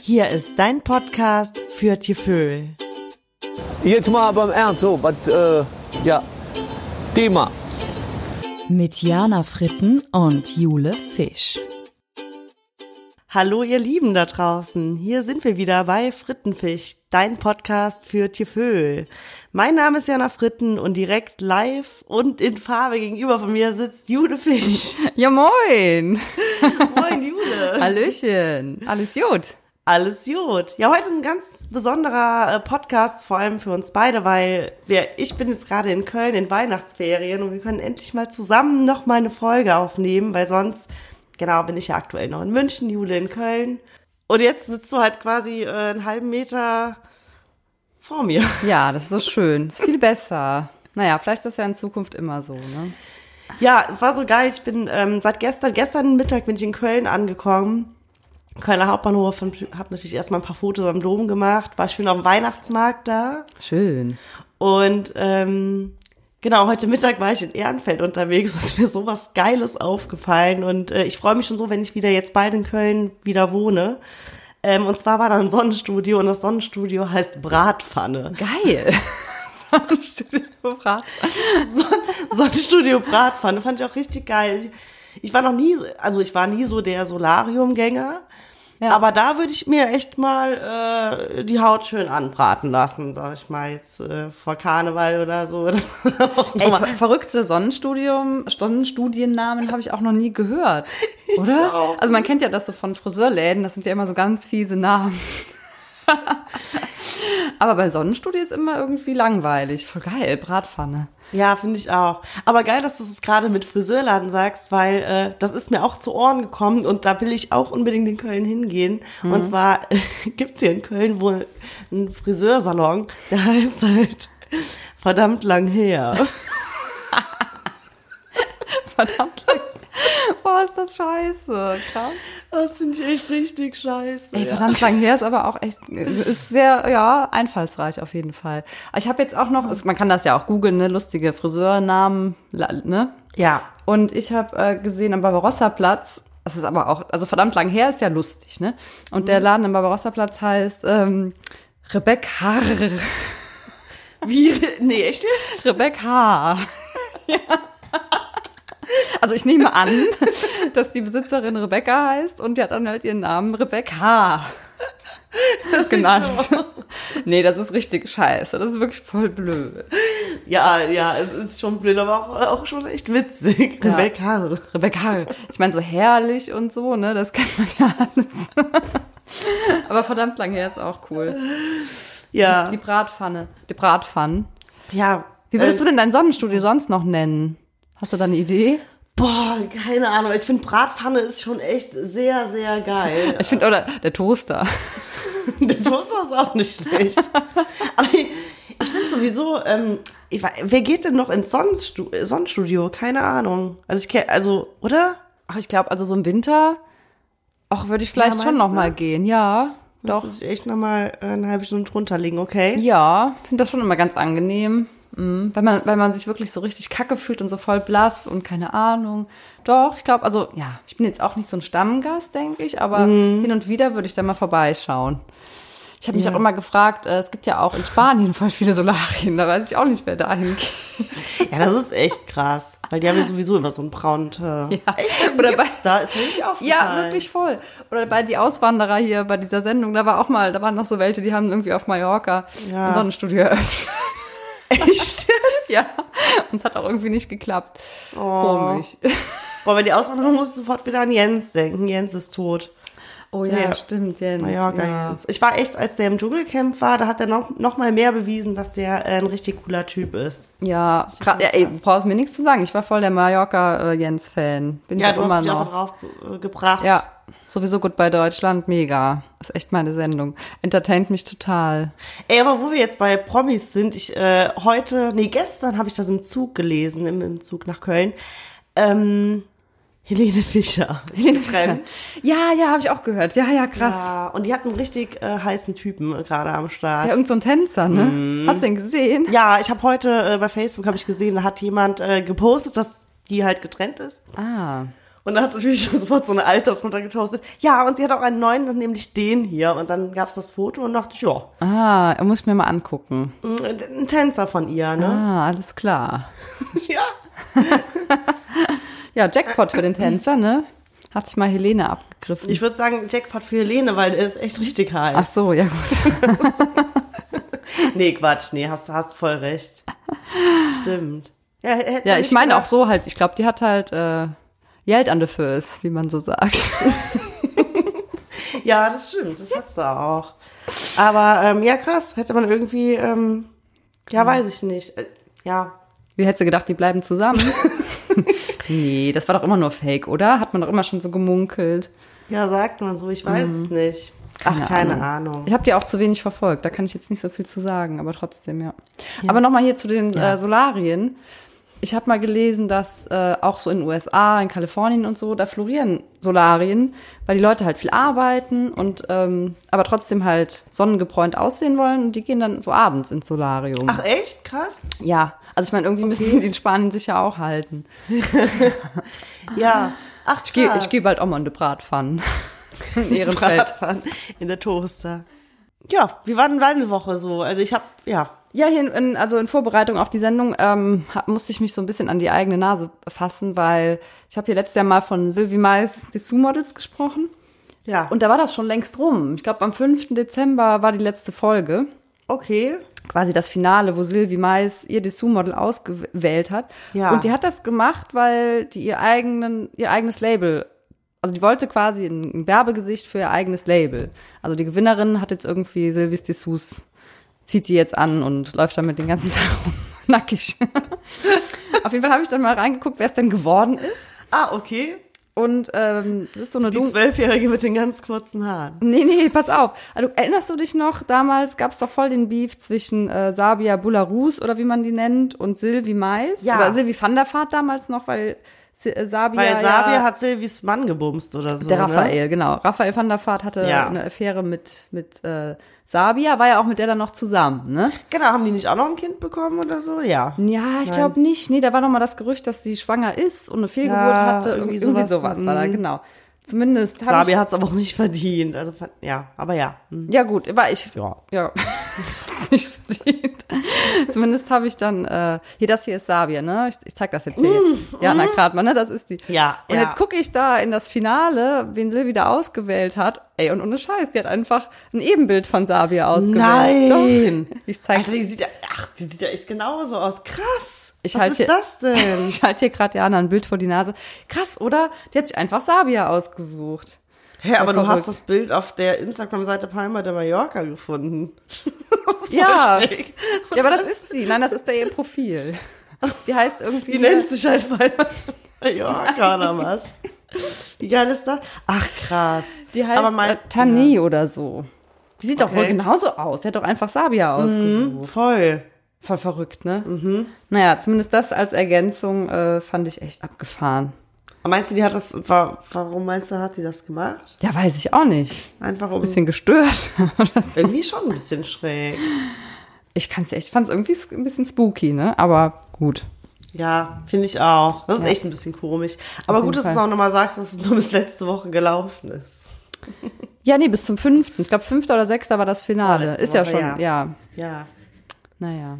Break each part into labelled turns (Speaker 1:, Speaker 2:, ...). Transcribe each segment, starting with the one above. Speaker 1: Hier ist dein Podcast für Tieföhl.
Speaker 2: Jetzt mal aber im Ernst, so, was, äh, ja, Thema.
Speaker 3: mit Jana Fritten und Jule Fisch.
Speaker 1: Hallo ihr Lieben da draußen, hier sind wir wieder bei Frittenfisch, dein Podcast für Tieföhl. Mein Name ist Jana Fritten und direkt live und in Farbe gegenüber von mir sitzt Jule Fisch.
Speaker 3: Ja moin!
Speaker 1: Moin Jule.
Speaker 3: Hallöchen! Alles gut?
Speaker 1: Alles gut. Ja, heute ist ein ganz besonderer äh, Podcast, vor allem für uns beide, weil wir, ich bin jetzt gerade in Köln in Weihnachtsferien und wir können endlich mal zusammen noch mal eine Folge aufnehmen, weil sonst, genau, bin ich ja aktuell noch in München, Jule in Köln. Und jetzt sitzt du halt quasi äh, einen halben Meter vor mir.
Speaker 3: Ja, das ist so schön. Ist viel besser. Naja, vielleicht ist das ja in Zukunft immer so, ne?
Speaker 1: Ja, es war so geil. Ich bin ähm, seit gestern, gestern Mittag bin ich in Köln angekommen. Kölner Hauptbahnhof, habe natürlich erstmal ein paar Fotos am Dom gemacht, war schön auf dem Weihnachtsmarkt da.
Speaker 3: Schön.
Speaker 1: Und ähm, genau, heute Mittag war ich in Ehrenfeld unterwegs, ist mir sowas Geiles aufgefallen. Und äh, ich freue mich schon so, wenn ich wieder jetzt bald in Köln wieder wohne. Ähm, und zwar war da ein Sonnenstudio und das Sonnenstudio heißt Bratpfanne.
Speaker 3: Geil. Studio Brat.
Speaker 1: Sonnenstudio Bratpfanne fand ich auch richtig geil. Ich, ich war noch nie, so- also ich war nie so der Solariumgänger.
Speaker 3: Ja.
Speaker 1: Aber da würde ich mir echt mal äh, die Haut schön anbraten lassen, sag ich mal jetzt äh, vor Karneval oder so.
Speaker 3: Ey, ver verrückte Sonnenstudium, Sonnenstudiennamen habe ich auch noch nie gehört,
Speaker 1: Ich auch.
Speaker 3: oder? Also man kennt ja das so von Friseurläden, das sind ja immer so ganz fiese Namen. Aber bei Sonnenstudie ist immer irgendwie langweilig. Voll geil, Bratpfanne.
Speaker 1: Ja, finde ich auch. Aber geil, dass du es gerade mit Friseurladen sagst, weil äh, das ist mir auch zu Ohren gekommen und da will ich auch unbedingt in Köln hingehen. Und zwar gibt's hier in Köln wohl einen Friseursalon, der heißt halt verdammt lang her.
Speaker 3: Verdammt. lang. Boah, ist das scheiße. Krass.
Speaker 1: Das finde ich echt richtig scheiße.
Speaker 3: Ey, verdammt lang her ist aber auch echt, ist sehr, ja, einfallsreich auf jeden Fall. Aber Ich habe jetzt auch noch, also man kann das ja auch googeln, ne, lustige Friseurnamen, la- ne?
Speaker 1: Ja.
Speaker 3: Und ich habe äh, gesehen am Barbarossa-Platz, das ist aber auch, also verdammt lang her ist ja lustig, ne? Und der Laden am Barbarossa-Platz heißt ähm, Rebecca Haar.
Speaker 1: Wie, nee, echt? jetzt?
Speaker 3: Rebecca Haar. Ja. Also ich nehme an, dass die Besitzerin Rebecca heißt und die hat dann halt ihren Namen Rebecca Haar genannt. Nee, das ist richtig scheiße. Das ist wirklich voll blöd.
Speaker 1: Ja, ja, es ist schon blöd, aber auch, auch schon echt witzig.
Speaker 3: Ja.
Speaker 1: Rebecca. Harre.
Speaker 3: Rebecca Harre. Ich meine, so herrlich und so, ne? Das kennt man ja alles. Aber verdammt lang her ist auch cool.
Speaker 1: Ja.
Speaker 3: Die Bratpfanne. Die Bratpfanne.
Speaker 1: ja.
Speaker 3: Wie würdest
Speaker 1: Äh,
Speaker 3: du denn dein Sonnenstudio sonst noch nennen? Hast du da eine Idee?
Speaker 1: Boah, keine Ahnung. Ich finde Bratpfanne ist schon echt sehr, sehr geil.
Speaker 3: Ich finde, oder der Toaster.
Speaker 1: Der Toaster ist auch nicht schlecht. Aber ich, ich finde sowieso, ähm, ich, wei- wer geht denn noch ins Sonnenstu äh, Sonnenstudio? Keine Ahnung. Also ich kenn, also, oder?
Speaker 3: Ach, ich glaube, also so im Winter, auch würde ich vielleicht
Speaker 1: Ja,
Speaker 3: schon
Speaker 1: meinst
Speaker 3: noch
Speaker 1: du?
Speaker 3: mal gehen. Ja,
Speaker 1: Doch.
Speaker 3: doch.
Speaker 1: Muss ich echt nochmal eine halbe Stunde drunter liegen, okay?
Speaker 3: Ja, finde das schon immer ganz angenehm. Mhm. Wenn man, wenn man sich wirklich so richtig kacke fühlt und so voll blass und keine Ahnung. Doch, ich glaube, also ja, ich bin jetzt auch nicht so ein Stammgast, denke ich, aber
Speaker 1: Mhm.
Speaker 3: hin und wieder würde ich da mal vorbeischauen. Ich habe mich auch immer gefragt, äh, es gibt ja auch in Spanien voll viele Solarien, da weiß ich auch nicht, wer dahin geht.
Speaker 1: Ja, das ist echt krass. Weil die haben ja sowieso immer so einen braunen Teint.
Speaker 3: Ja.
Speaker 1: Echt? Oder
Speaker 3: Oder bei-
Speaker 1: was da? Ist mir nicht aufgefallen.
Speaker 3: Ja, wirklich voll. Oder bei die Auswanderer hier bei dieser Sendung, da war auch mal, da waren noch so welche, die haben irgendwie auf Mallorca
Speaker 1: Ja.
Speaker 3: ein Sonnenstudio eröffnet.
Speaker 1: Echt?
Speaker 3: Ja. Und es hat auch irgendwie nicht geklappt.
Speaker 1: Oh.
Speaker 3: Komisch.
Speaker 1: Boah, wenn die Auswanderung muss ich sofort wieder an Jens denken. Jens ist tot.
Speaker 3: Oh ja,
Speaker 1: Ja.
Speaker 3: stimmt, Jens.
Speaker 1: Mallorca Jens. Ich war echt, als der im Dschungelcamp war, da hat er noch, noch mal mehr bewiesen, dass der äh, ein richtig cooler Typ ist.
Speaker 3: Ja, gra- ja ey, du brauchst mir nichts zu sagen. Ich war voll der Mallorca-Jens-Fan. Bin
Speaker 1: Ja,
Speaker 3: ich
Speaker 1: du
Speaker 3: auch immer
Speaker 1: hast mich auch
Speaker 3: noch.
Speaker 1: drauf äh, gebracht.
Speaker 3: Ja, sowieso gut bei Deutschland. Mega. Ist echt meine Sendung. Entertaint mich total.
Speaker 1: Ey, aber wo wir jetzt bei Promis sind, ich äh, heute, nee, gestern habe ich das im Zug gelesen, im, im Zug nach Köln. Ähm, Helene Fischer. ist getrennt.
Speaker 3: Ja, ja, habe ich auch gehört. Ja, ja, krass.
Speaker 1: Ja, und die hat einen richtig äh, heißen Typen äh, gerade am
Speaker 3: Ja,
Speaker 1: Start.
Speaker 3: irgend so ein Tänzer, ne?
Speaker 1: Mhm.
Speaker 3: Hast du den gesehen?
Speaker 1: Ja, ich habe heute äh, bei Facebook habe ich gesehen, da hat jemand äh, gepostet, dass die halt getrennt ist.
Speaker 3: Ah.
Speaker 1: Und dann hat natürlich sofort so eine alte drunter getoastet. Ja, und sie hat auch einen neuen, nämlich den hier. Und dann gab's das Foto und dachte ich, ja,
Speaker 3: Ah, muss ich mir mal angucken.
Speaker 1: Hm? ein Tänzer von ihr, ne?
Speaker 3: Ah, alles klar.
Speaker 1: Ja.
Speaker 3: Ja, Jackpot für den Tänzer, ne? Hat sich mal Helene abgegriffen.
Speaker 1: Ich würde sagen, Jackpot für Helene, weil der ist echt richtig
Speaker 3: Ach
Speaker 1: heiß.
Speaker 3: so, ja gut.
Speaker 1: Nee, Quatsch, nee, hast, hast voll recht. Stimmt. Ja, h- hätte
Speaker 3: Ja,
Speaker 1: man
Speaker 3: ich
Speaker 1: nicht
Speaker 3: meine auch
Speaker 1: gedacht.
Speaker 3: so halt, ich glaube, die hat halt äh, Geld an der Füße, wie man so sagt.
Speaker 1: Ja, das stimmt, das hat sie auch. Aber ähm, ja, krass, hätte man irgendwie, ähm, ja, weiß ich nicht. Äh, ja,
Speaker 3: Wie hättest du gedacht, die bleiben zusammen? nee, das war doch immer nur Fake, oder? Hat man doch immer schon so gemunkelt.
Speaker 1: ja, sagt man so, ich weiß
Speaker 3: Mhm.
Speaker 1: es nicht. Ach, keine Ahnung.
Speaker 3: Ich habe die auch zu wenig verfolgt, da kann ich jetzt nicht so viel zu sagen, aber trotzdem, ja. Aber nochmal hier zu den äh, Solarien. Ich habe mal gelesen, dass äh, auch so in den USA, in Kalifornien und so, da florieren Solarien, weil die Leute halt viel arbeiten und ähm, aber trotzdem halt sonnengebräunt aussehen wollen und die gehen dann so abends ins Solarium.
Speaker 1: Ach, echt? Krass?
Speaker 3: Ja, also ich meine, irgendwie müssen die in Spanien sich ja auch halten.
Speaker 1: Ja. Ach, krass.
Speaker 3: Ich gehe ich geh bald auch mal in die Bratpfanne. In ihrem Feld.
Speaker 1: Bratpfannen in der Toaster. Ja, wie war denn deine Woche so? Also ich habe ja,
Speaker 3: Ja, hier in- in, also in Vorbereitung auf die Sendung ähm, ha- musste ich mich so ein bisschen an die eigene Nase fassen, weil ich habe hier letztes Jahr mal von Sylvie Mais Dessous Models gesprochen.
Speaker 1: ja.
Speaker 3: Und da war das schon längst rum. Ich glaube, am 5. Dezember war die letzte Folge.
Speaker 1: okay.
Speaker 3: quasi das Finale, wo Sylvie Mais ihr Dessous-Model ausgewählt hat.
Speaker 1: Ja.
Speaker 3: Und die hat das gemacht, weil die ihr eigenen, ihr eigenes Label, also die wollte quasi ein ein Werbegesicht für ihr eigenes Label. Also die Gewinnerin hat jetzt irgendwie Sylvies Dessous, zieht die jetzt an und läuft damit den ganzen Tag rum. Nackig. Auf jeden Fall habe ich dann mal reingeguckt, wer es denn geworden ist.
Speaker 1: Ah, okay.
Speaker 3: Und ähm, das ist so eine
Speaker 1: Die
Speaker 3: dunkle.
Speaker 1: Zwölfjährige mit den ganz kurzen Haaren.
Speaker 3: Nee, nee, pass auf. Also, erinnerst du dich noch, damals gab es doch voll den Beef zwischen äh, Sabia Bularus oder wie man die nennt und Silvi Mais?
Speaker 1: Ja.
Speaker 3: Oder Silvi van der Vaart damals noch, weil Si- äh, Sabia
Speaker 1: Weil Sabia
Speaker 3: ja,
Speaker 1: hat Silvis Mann gebumst oder so.
Speaker 3: der
Speaker 1: Ne?
Speaker 3: Raphael, genau. Raphael van der Vaart hatte
Speaker 1: Ja.
Speaker 3: eine Affäre mit, mit äh, Sabia, war ja auch mit der dann noch zusammen, ne?
Speaker 1: Genau, haben die nicht auch noch ein Kind bekommen oder so? Ja.
Speaker 3: Ja, ich glaube nicht. Nee, da war noch mal das Gerücht, dass sie schwanger ist und eine Fehlgeburt
Speaker 1: Ja,
Speaker 3: hatte.
Speaker 1: irgendwie
Speaker 3: Irgendwie, irgendwie
Speaker 1: sowas.
Speaker 3: sowas, war da,
Speaker 1: Mhm.
Speaker 3: genau. Zumindest hab
Speaker 1: Sabia
Speaker 3: ich-
Speaker 1: hat es aber auch nicht verdient. Also ver- ja, aber ja. Hm.
Speaker 3: Ja, gut, war ich.
Speaker 1: Ja.
Speaker 3: Ja. nicht verdient. Zumindest habe ich dann, äh, hier, das hier ist Sabia, ne? Ich, ich zeig das jetzt hier. jetzt. Ja, na grad mal, ne? Das ist die.
Speaker 1: Mm. Ja,
Speaker 3: Und
Speaker 1: ja.
Speaker 3: jetzt gucke ich da in das Finale, wen Silvi da ausgewählt hat. Ey, und ohne Scheiß, die hat einfach ein Ebenbild von Sabia ausgewählt.
Speaker 1: Nein. Also
Speaker 3: Doch. Ich zeig,
Speaker 1: Alter, die sieht ja, ach, die sieht ja echt genauso aus. Krass.
Speaker 3: Ich
Speaker 1: Was
Speaker 3: halt
Speaker 1: ist
Speaker 3: hier-
Speaker 1: das denn?
Speaker 3: ich halte hier gerade Jana ein Bild vor die Nase. Krass, oder? Die hat sich einfach Sabia ausgesucht.
Speaker 1: Hä, aber du
Speaker 3: verrückt.
Speaker 1: hast das Bild auf der Instagram-Seite Palma de Mallorca gefunden. Das ist
Speaker 3: Ja.
Speaker 1: voll schräg.
Speaker 3: Ja, aber das ist sie. Nein, das ist da ihr Profil. Die heißt irgendwie.
Speaker 1: Die nennt sich halt Palma de Mallorca oder was? Wie geil ist das? Ach, krass.
Speaker 3: Die heißt
Speaker 1: aber mein,
Speaker 3: äh, Tani oder so. Die sieht doch wohl
Speaker 1: Okay. Mhm.
Speaker 3: genauso aus. Die hat doch einfach Sabia ausgesucht.
Speaker 1: ja, voll.
Speaker 3: Voll verrückt, ne?
Speaker 1: Mhm.
Speaker 3: Naja, zumindest das als Ergänzung äh, fand ich echt abgefahren.
Speaker 1: Meinst du, die hat das, wa- warum meinst du, hat die das gemacht?
Speaker 3: Ja, weiß ich auch nicht.
Speaker 1: Einfach um,
Speaker 3: Bisschen gestört. oder so.
Speaker 1: irgendwie schon ein bisschen schräg.
Speaker 3: ich kann's echt, fand's irgendwie sk- ein bisschen spooky, ne? Aber gut.
Speaker 1: Ja, finde ich auch. Das ist echt ein bisschen komisch. Aber
Speaker 3: Auf
Speaker 1: gut, dass
Speaker 3: jeden
Speaker 1: du es
Speaker 3: Fall.
Speaker 1: auch nochmal sagst, dass es nur bis letzte Woche gelaufen ist.
Speaker 3: Ja, nee, bis zum fünften. Ich glaube, fünfter oder sechster war das Finale.
Speaker 1: Vorletzte
Speaker 3: Ist ja
Speaker 1: Woche,
Speaker 3: schon,
Speaker 1: ja.
Speaker 3: ja.
Speaker 1: Ja.
Speaker 3: Naja.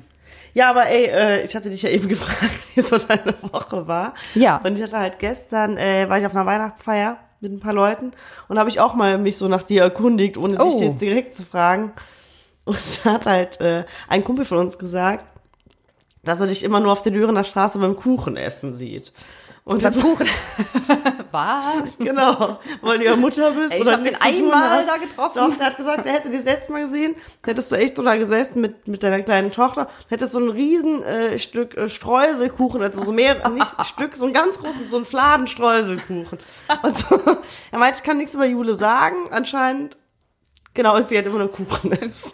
Speaker 1: Ja, aber ey, äh, ich hatte dich ja eben gefragt, wie so deine Woche war.
Speaker 3: Ja.
Speaker 1: Und ich hatte halt gestern, äh, war ich auf einer Weihnachtsfeier mit ein paar Leuten und habe ich auch mal mich so nach dir erkundigt, ohne
Speaker 3: Oh.
Speaker 1: dich jetzt direkt zu fragen. Und da hat halt äh, ein Kumpel von uns gesagt, dass er dich immer nur auf der Dörener Straße beim Kuchen essen sieht. Und das Kuchen.
Speaker 3: Was?
Speaker 1: Genau, weil du ja Mutter bist.
Speaker 3: Ey, ich
Speaker 1: oder
Speaker 3: hab den
Speaker 1: nichts zu tun
Speaker 3: einmal
Speaker 1: hast.
Speaker 3: da getroffen.
Speaker 1: Doch, der hat gesagt, er hätte dich das letzte Mal gesehen, dann hättest du echt so da gesessen mit, mit deiner kleinen Tochter, dann hättest so ein riesen äh, Stück äh, Streuselkuchen, also so mehr, nicht Stück, so ein ganz großen, so ein Fladen Streuselkuchen. Und so, er meinte, ich kann nichts über Jule sagen, anscheinend, genau, ist sie halt immer nur Kuchen essen.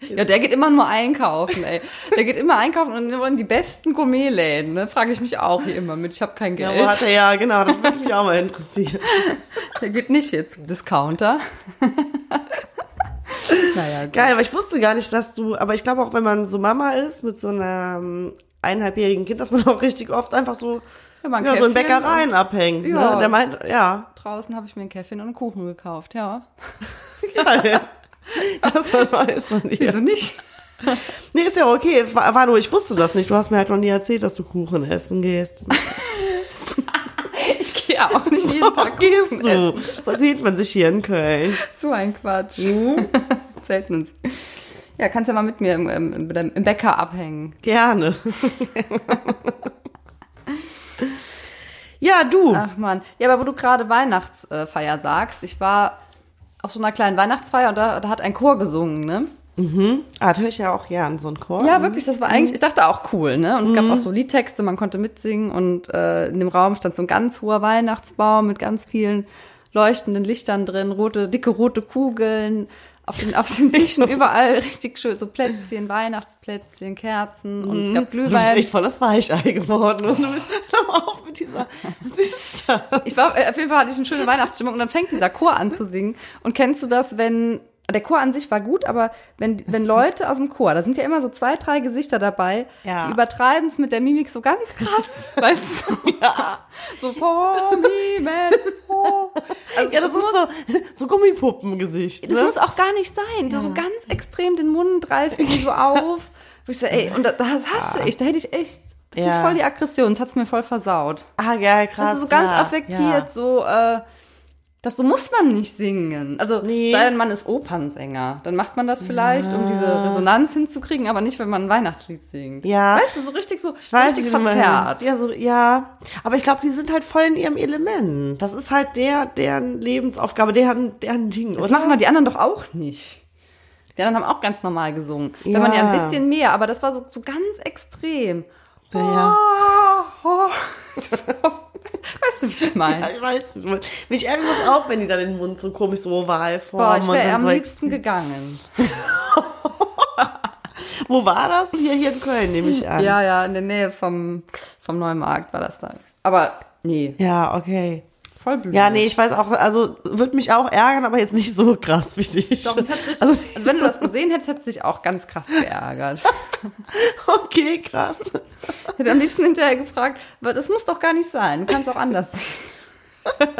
Speaker 3: Ja, der geht immer nur einkaufen, ey. Der geht immer einkaufen und immer in die besten Gourmetläden. Ne? Frage ich mich auch hier immer mit. Ich habe kein
Speaker 1: Ja,
Speaker 3: Geld.
Speaker 1: wo hat er, ja, genau, das würde mich auch mal interessieren.
Speaker 3: Der geht nicht jetzt zum Discounter. naja,
Speaker 1: Geil, aber ich wusste gar nicht, dass du, aber ich glaube auch, wenn man so Mama ist mit so einer ähm, eineinhalbjährigen Kind, dass man auch richtig oft einfach so,
Speaker 3: Ja, mal
Speaker 1: ja,
Speaker 3: ein
Speaker 1: so in
Speaker 3: Käffchen
Speaker 1: Bäckereien
Speaker 3: und-
Speaker 1: abhängt.
Speaker 3: Ja.
Speaker 1: Ne? Der meint, ja,
Speaker 3: Draußen habe ich mir einen Käffchen und einen Kuchen gekauft, ja.
Speaker 1: geil. das weiß man nicht.
Speaker 3: Wieso nicht?
Speaker 1: Nee, ist ja okay. War, war nur, ich wusste das nicht. Du hast mir halt noch nie erzählt, dass du Kuchen essen gehst.
Speaker 3: Ich gehe auch nicht jeden
Speaker 1: Warum
Speaker 3: Tag
Speaker 1: gehst du? Sonst sieht man sich hier in Köln.
Speaker 3: So ein Quatsch. Zählt uns. Ja, kannst ja mal mit mir im, im, im Bäcker abhängen.
Speaker 1: Gerne. ja, du.
Speaker 3: Ach man. Ja, aber wo du gerade Weihnachtsfeier sagst, ich war auf so einer kleinen Weihnachtsfeier und da, da hat ein Chor gesungen, ne?
Speaker 1: Ah, das höre ich ja auch gern, so ein Chor.
Speaker 3: Ja, wirklich, das war eigentlich, ich dachte auch cool, ne? Und es
Speaker 1: Mhm.
Speaker 3: gab auch so Liedtexte, man konnte mitsingen und äh, in dem Raum stand so ein ganz hoher Weihnachtsbaum mit ganz vielen leuchtenden Lichtern drin, rote, dicke rote Kugeln, auf den, auf den Tischen überall richtig schön, so Plätzchen, Weihnachtsplätzchen, Kerzen und es gab
Speaker 1: Mhm. Du bist
Speaker 3: Glühwein.
Speaker 1: echt voll das Weichei geworden. Und du bist hör mal auf mit dieser. Was ist das?
Speaker 3: Ich war, äh, auf jeden Fall hatte ich eine schöne Weihnachtsstimmung und dann fängt dieser Chor an zu singen. Und kennst du das, wenn, der Chor an sich war gut, aber wenn, wenn Leute aus dem Chor, da sind ja immer so zwei, drei Gesichter dabei,
Speaker 1: Ja.
Speaker 3: die übertreiben es mit der Mimik so ganz krass, weißt du? Ja. So, for me, man, oh. Also,
Speaker 1: Ja, das ist so, so Gummipuppengesicht.
Speaker 3: das
Speaker 1: ne?
Speaker 3: muss auch gar nicht sein. So ganz extrem den Mund reißen die so auf. Wo ich so, ey, und das, das hasse ich, da hätte ich echt, da krieg
Speaker 1: Ja.
Speaker 3: ich voll die Aggression, das hat's mir voll versaut.
Speaker 1: ah, geil, krass.
Speaker 3: Das ist so ganz
Speaker 1: ja,
Speaker 3: affektiert,
Speaker 1: ja.
Speaker 3: so, äh, das so muss man nicht singen. Also,
Speaker 1: Nee.
Speaker 3: sei denn, man ist Opernsänger. Dann macht man das vielleicht, um diese Resonanz hinzukriegen, aber nicht, wenn man ein Weihnachtslied singt.
Speaker 1: Ja.
Speaker 3: Weißt du, so richtig so, so
Speaker 1: Weiß
Speaker 3: richtig
Speaker 1: ich, wie du meinst.
Speaker 3: verzerrt.
Speaker 1: Ja, so, ja, aber ich glaube, die sind halt voll in ihrem Element. Das ist halt der, deren Lebensaufgabe, deren, deren Ding.
Speaker 3: Das
Speaker 1: oder?
Speaker 3: machen wir die anderen doch auch nicht. Die anderen haben auch ganz normal gesungen. Da waren ja
Speaker 1: Ja.
Speaker 3: ein bisschen mehr, aber das war so, so ganz extrem. Oh,
Speaker 1: Ja, ja.
Speaker 3: Weißt du, wie ich meine?
Speaker 1: Ja, ich weiß. wie du meinst. Mich ärgert das auch, wenn die dann den Mund so komisch so oval
Speaker 3: Boah,
Speaker 1: formen.
Speaker 3: ich
Speaker 1: und
Speaker 3: wäre
Speaker 1: dann
Speaker 3: am
Speaker 1: so
Speaker 3: liebsten gegangen.
Speaker 1: Wo war das? Hier, hier in Köln, nehme ich an.
Speaker 3: Ja, ja, in der Nähe vom, vom Neumarkt war das da. Aber nee,
Speaker 1: Ja, okay.
Speaker 3: voll blöd.
Speaker 1: Ja, nee, ich weiß auch, also würde mich auch ärgern, aber jetzt nicht so krass wie dich.
Speaker 3: Doch, mich hat's richtig-
Speaker 1: also,
Speaker 3: Also wenn du das gesehen hättest, hättest du dich auch ganz krass geärgert.
Speaker 1: okay, krass.
Speaker 3: Ich hätte am liebsten hinterher gefragt, "Aber das muss doch gar nicht sein, du kannst auch anders singen.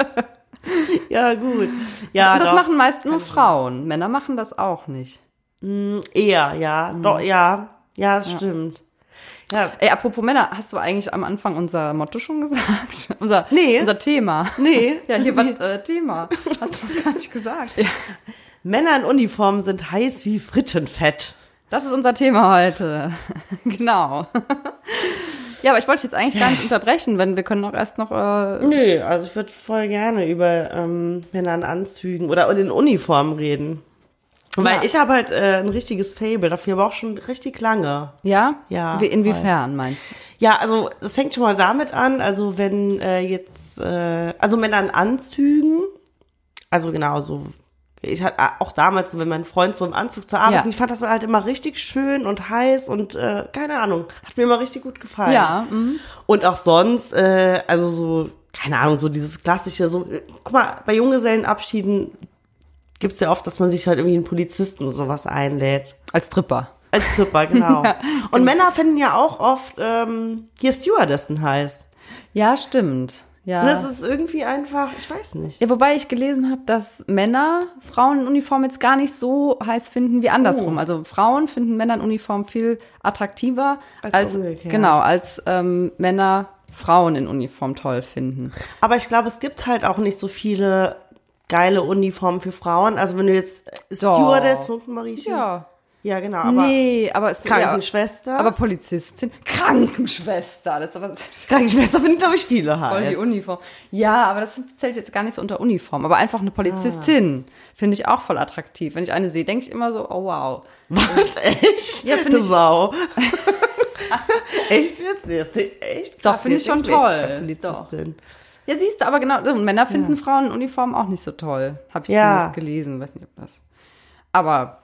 Speaker 1: Ja, gut. Ja,
Speaker 3: Und das
Speaker 1: doch.
Speaker 3: machen meist nur Frauen, Männer machen das auch nicht.
Speaker 1: eher, ja. Doch, ja. Mhm. Ja, das stimmt. Ja,
Speaker 3: Ey, apropos Männer, hast du eigentlich am Anfang unser Motto schon gesagt? Unser,
Speaker 1: Nee.
Speaker 3: unser Thema.
Speaker 1: nee.
Speaker 3: Ja, hier war äh, Thema. Hast du gar nicht gesagt.
Speaker 1: Männer in Uniform sind heiß wie Frittenfett.
Speaker 3: Das ist unser Thema heute. genau. Ja, aber ich wollte jetzt eigentlich gar nicht unterbrechen, wenn wir können auch erst noch äh,
Speaker 1: Nö, also ich würde voll gerne über ähm, Männer in Anzügen oder in Uniformen reden. Weil
Speaker 3: Ja.
Speaker 1: ich habe halt äh, ein richtiges Fable dafür, aber auch schon richtig lange.
Speaker 3: Ja?
Speaker 1: Ja,
Speaker 3: Wie, inwiefern meinst du?
Speaker 1: Ja, also das fängt schon mal damit an, also wenn äh, jetzt, äh, also Männer in Anzügen, also genau so, ich hatte äh, auch damals, so, wenn mein Freund so im Anzug zur Arbeit
Speaker 3: Ja.
Speaker 1: ging, ich fand das halt immer richtig schön und heiß und äh, keine Ahnung, hat mir immer richtig gut gefallen.
Speaker 3: Ja, mhm.
Speaker 1: Und auch sonst, äh, also so, keine Ahnung, so dieses klassische, so, äh, guck mal, bei Junggesellenabschieden gibt's ja oft, dass man sich halt irgendwie einen Polizisten oder sowas einlädt.
Speaker 3: Als Tripper.
Speaker 1: Als Stripper, genau. Und Männer finden ja auch oft, ähm, hier Stewardessen heißt.
Speaker 3: Ja, stimmt. Ja.
Speaker 1: Und das ist irgendwie einfach, ich weiß nicht.
Speaker 3: ja, wobei ich gelesen habe, dass Männer Frauen in Uniform jetzt gar nicht so heiß finden wie andersrum. Also Frauen finden Männer in Uniform viel attraktiver
Speaker 1: Als
Speaker 3: als,
Speaker 1: umgekehrt.
Speaker 3: genau als ähm, Männer Frauen in Uniform toll finden.
Speaker 1: Aber ich glaube, es gibt halt auch nicht so viele geile Uniformen für Frauen. Also wenn du jetzt äh,
Speaker 3: Doch.
Speaker 1: Stewardess, Funkenmariechen. Ja, genau, aber
Speaker 3: nee, aber es
Speaker 1: Krankenschwester.
Speaker 3: Ja, aber Polizistin, Krankenschwester, das ist aber
Speaker 1: Krankenschwester finden, glaube ich, viele heiß.
Speaker 3: voll die Uniform. Ja, aber das zählt jetzt gar nicht so unter Uniform. Aber einfach eine Polizistin finde ich auch voll attraktiv. Wenn ich eine sehe, denke ich immer so, oh wow.
Speaker 1: Was? Echt?
Speaker 3: Ja, find
Speaker 1: du
Speaker 3: ich-
Speaker 1: Sau. echt jetzt? Nee, ist nicht- echt
Speaker 3: Doch,
Speaker 1: krass.
Speaker 3: find
Speaker 1: Nee,
Speaker 3: ich schon
Speaker 1: ist echt
Speaker 3: toll.
Speaker 1: krass, Polizistin.
Speaker 3: Ja, siehst du, aber genau, so, Männer finden Frauen in Uniform auch nicht so toll. Habe ich
Speaker 1: Ja.
Speaker 3: zumindest gelesen, weiß nicht, ob das. Aber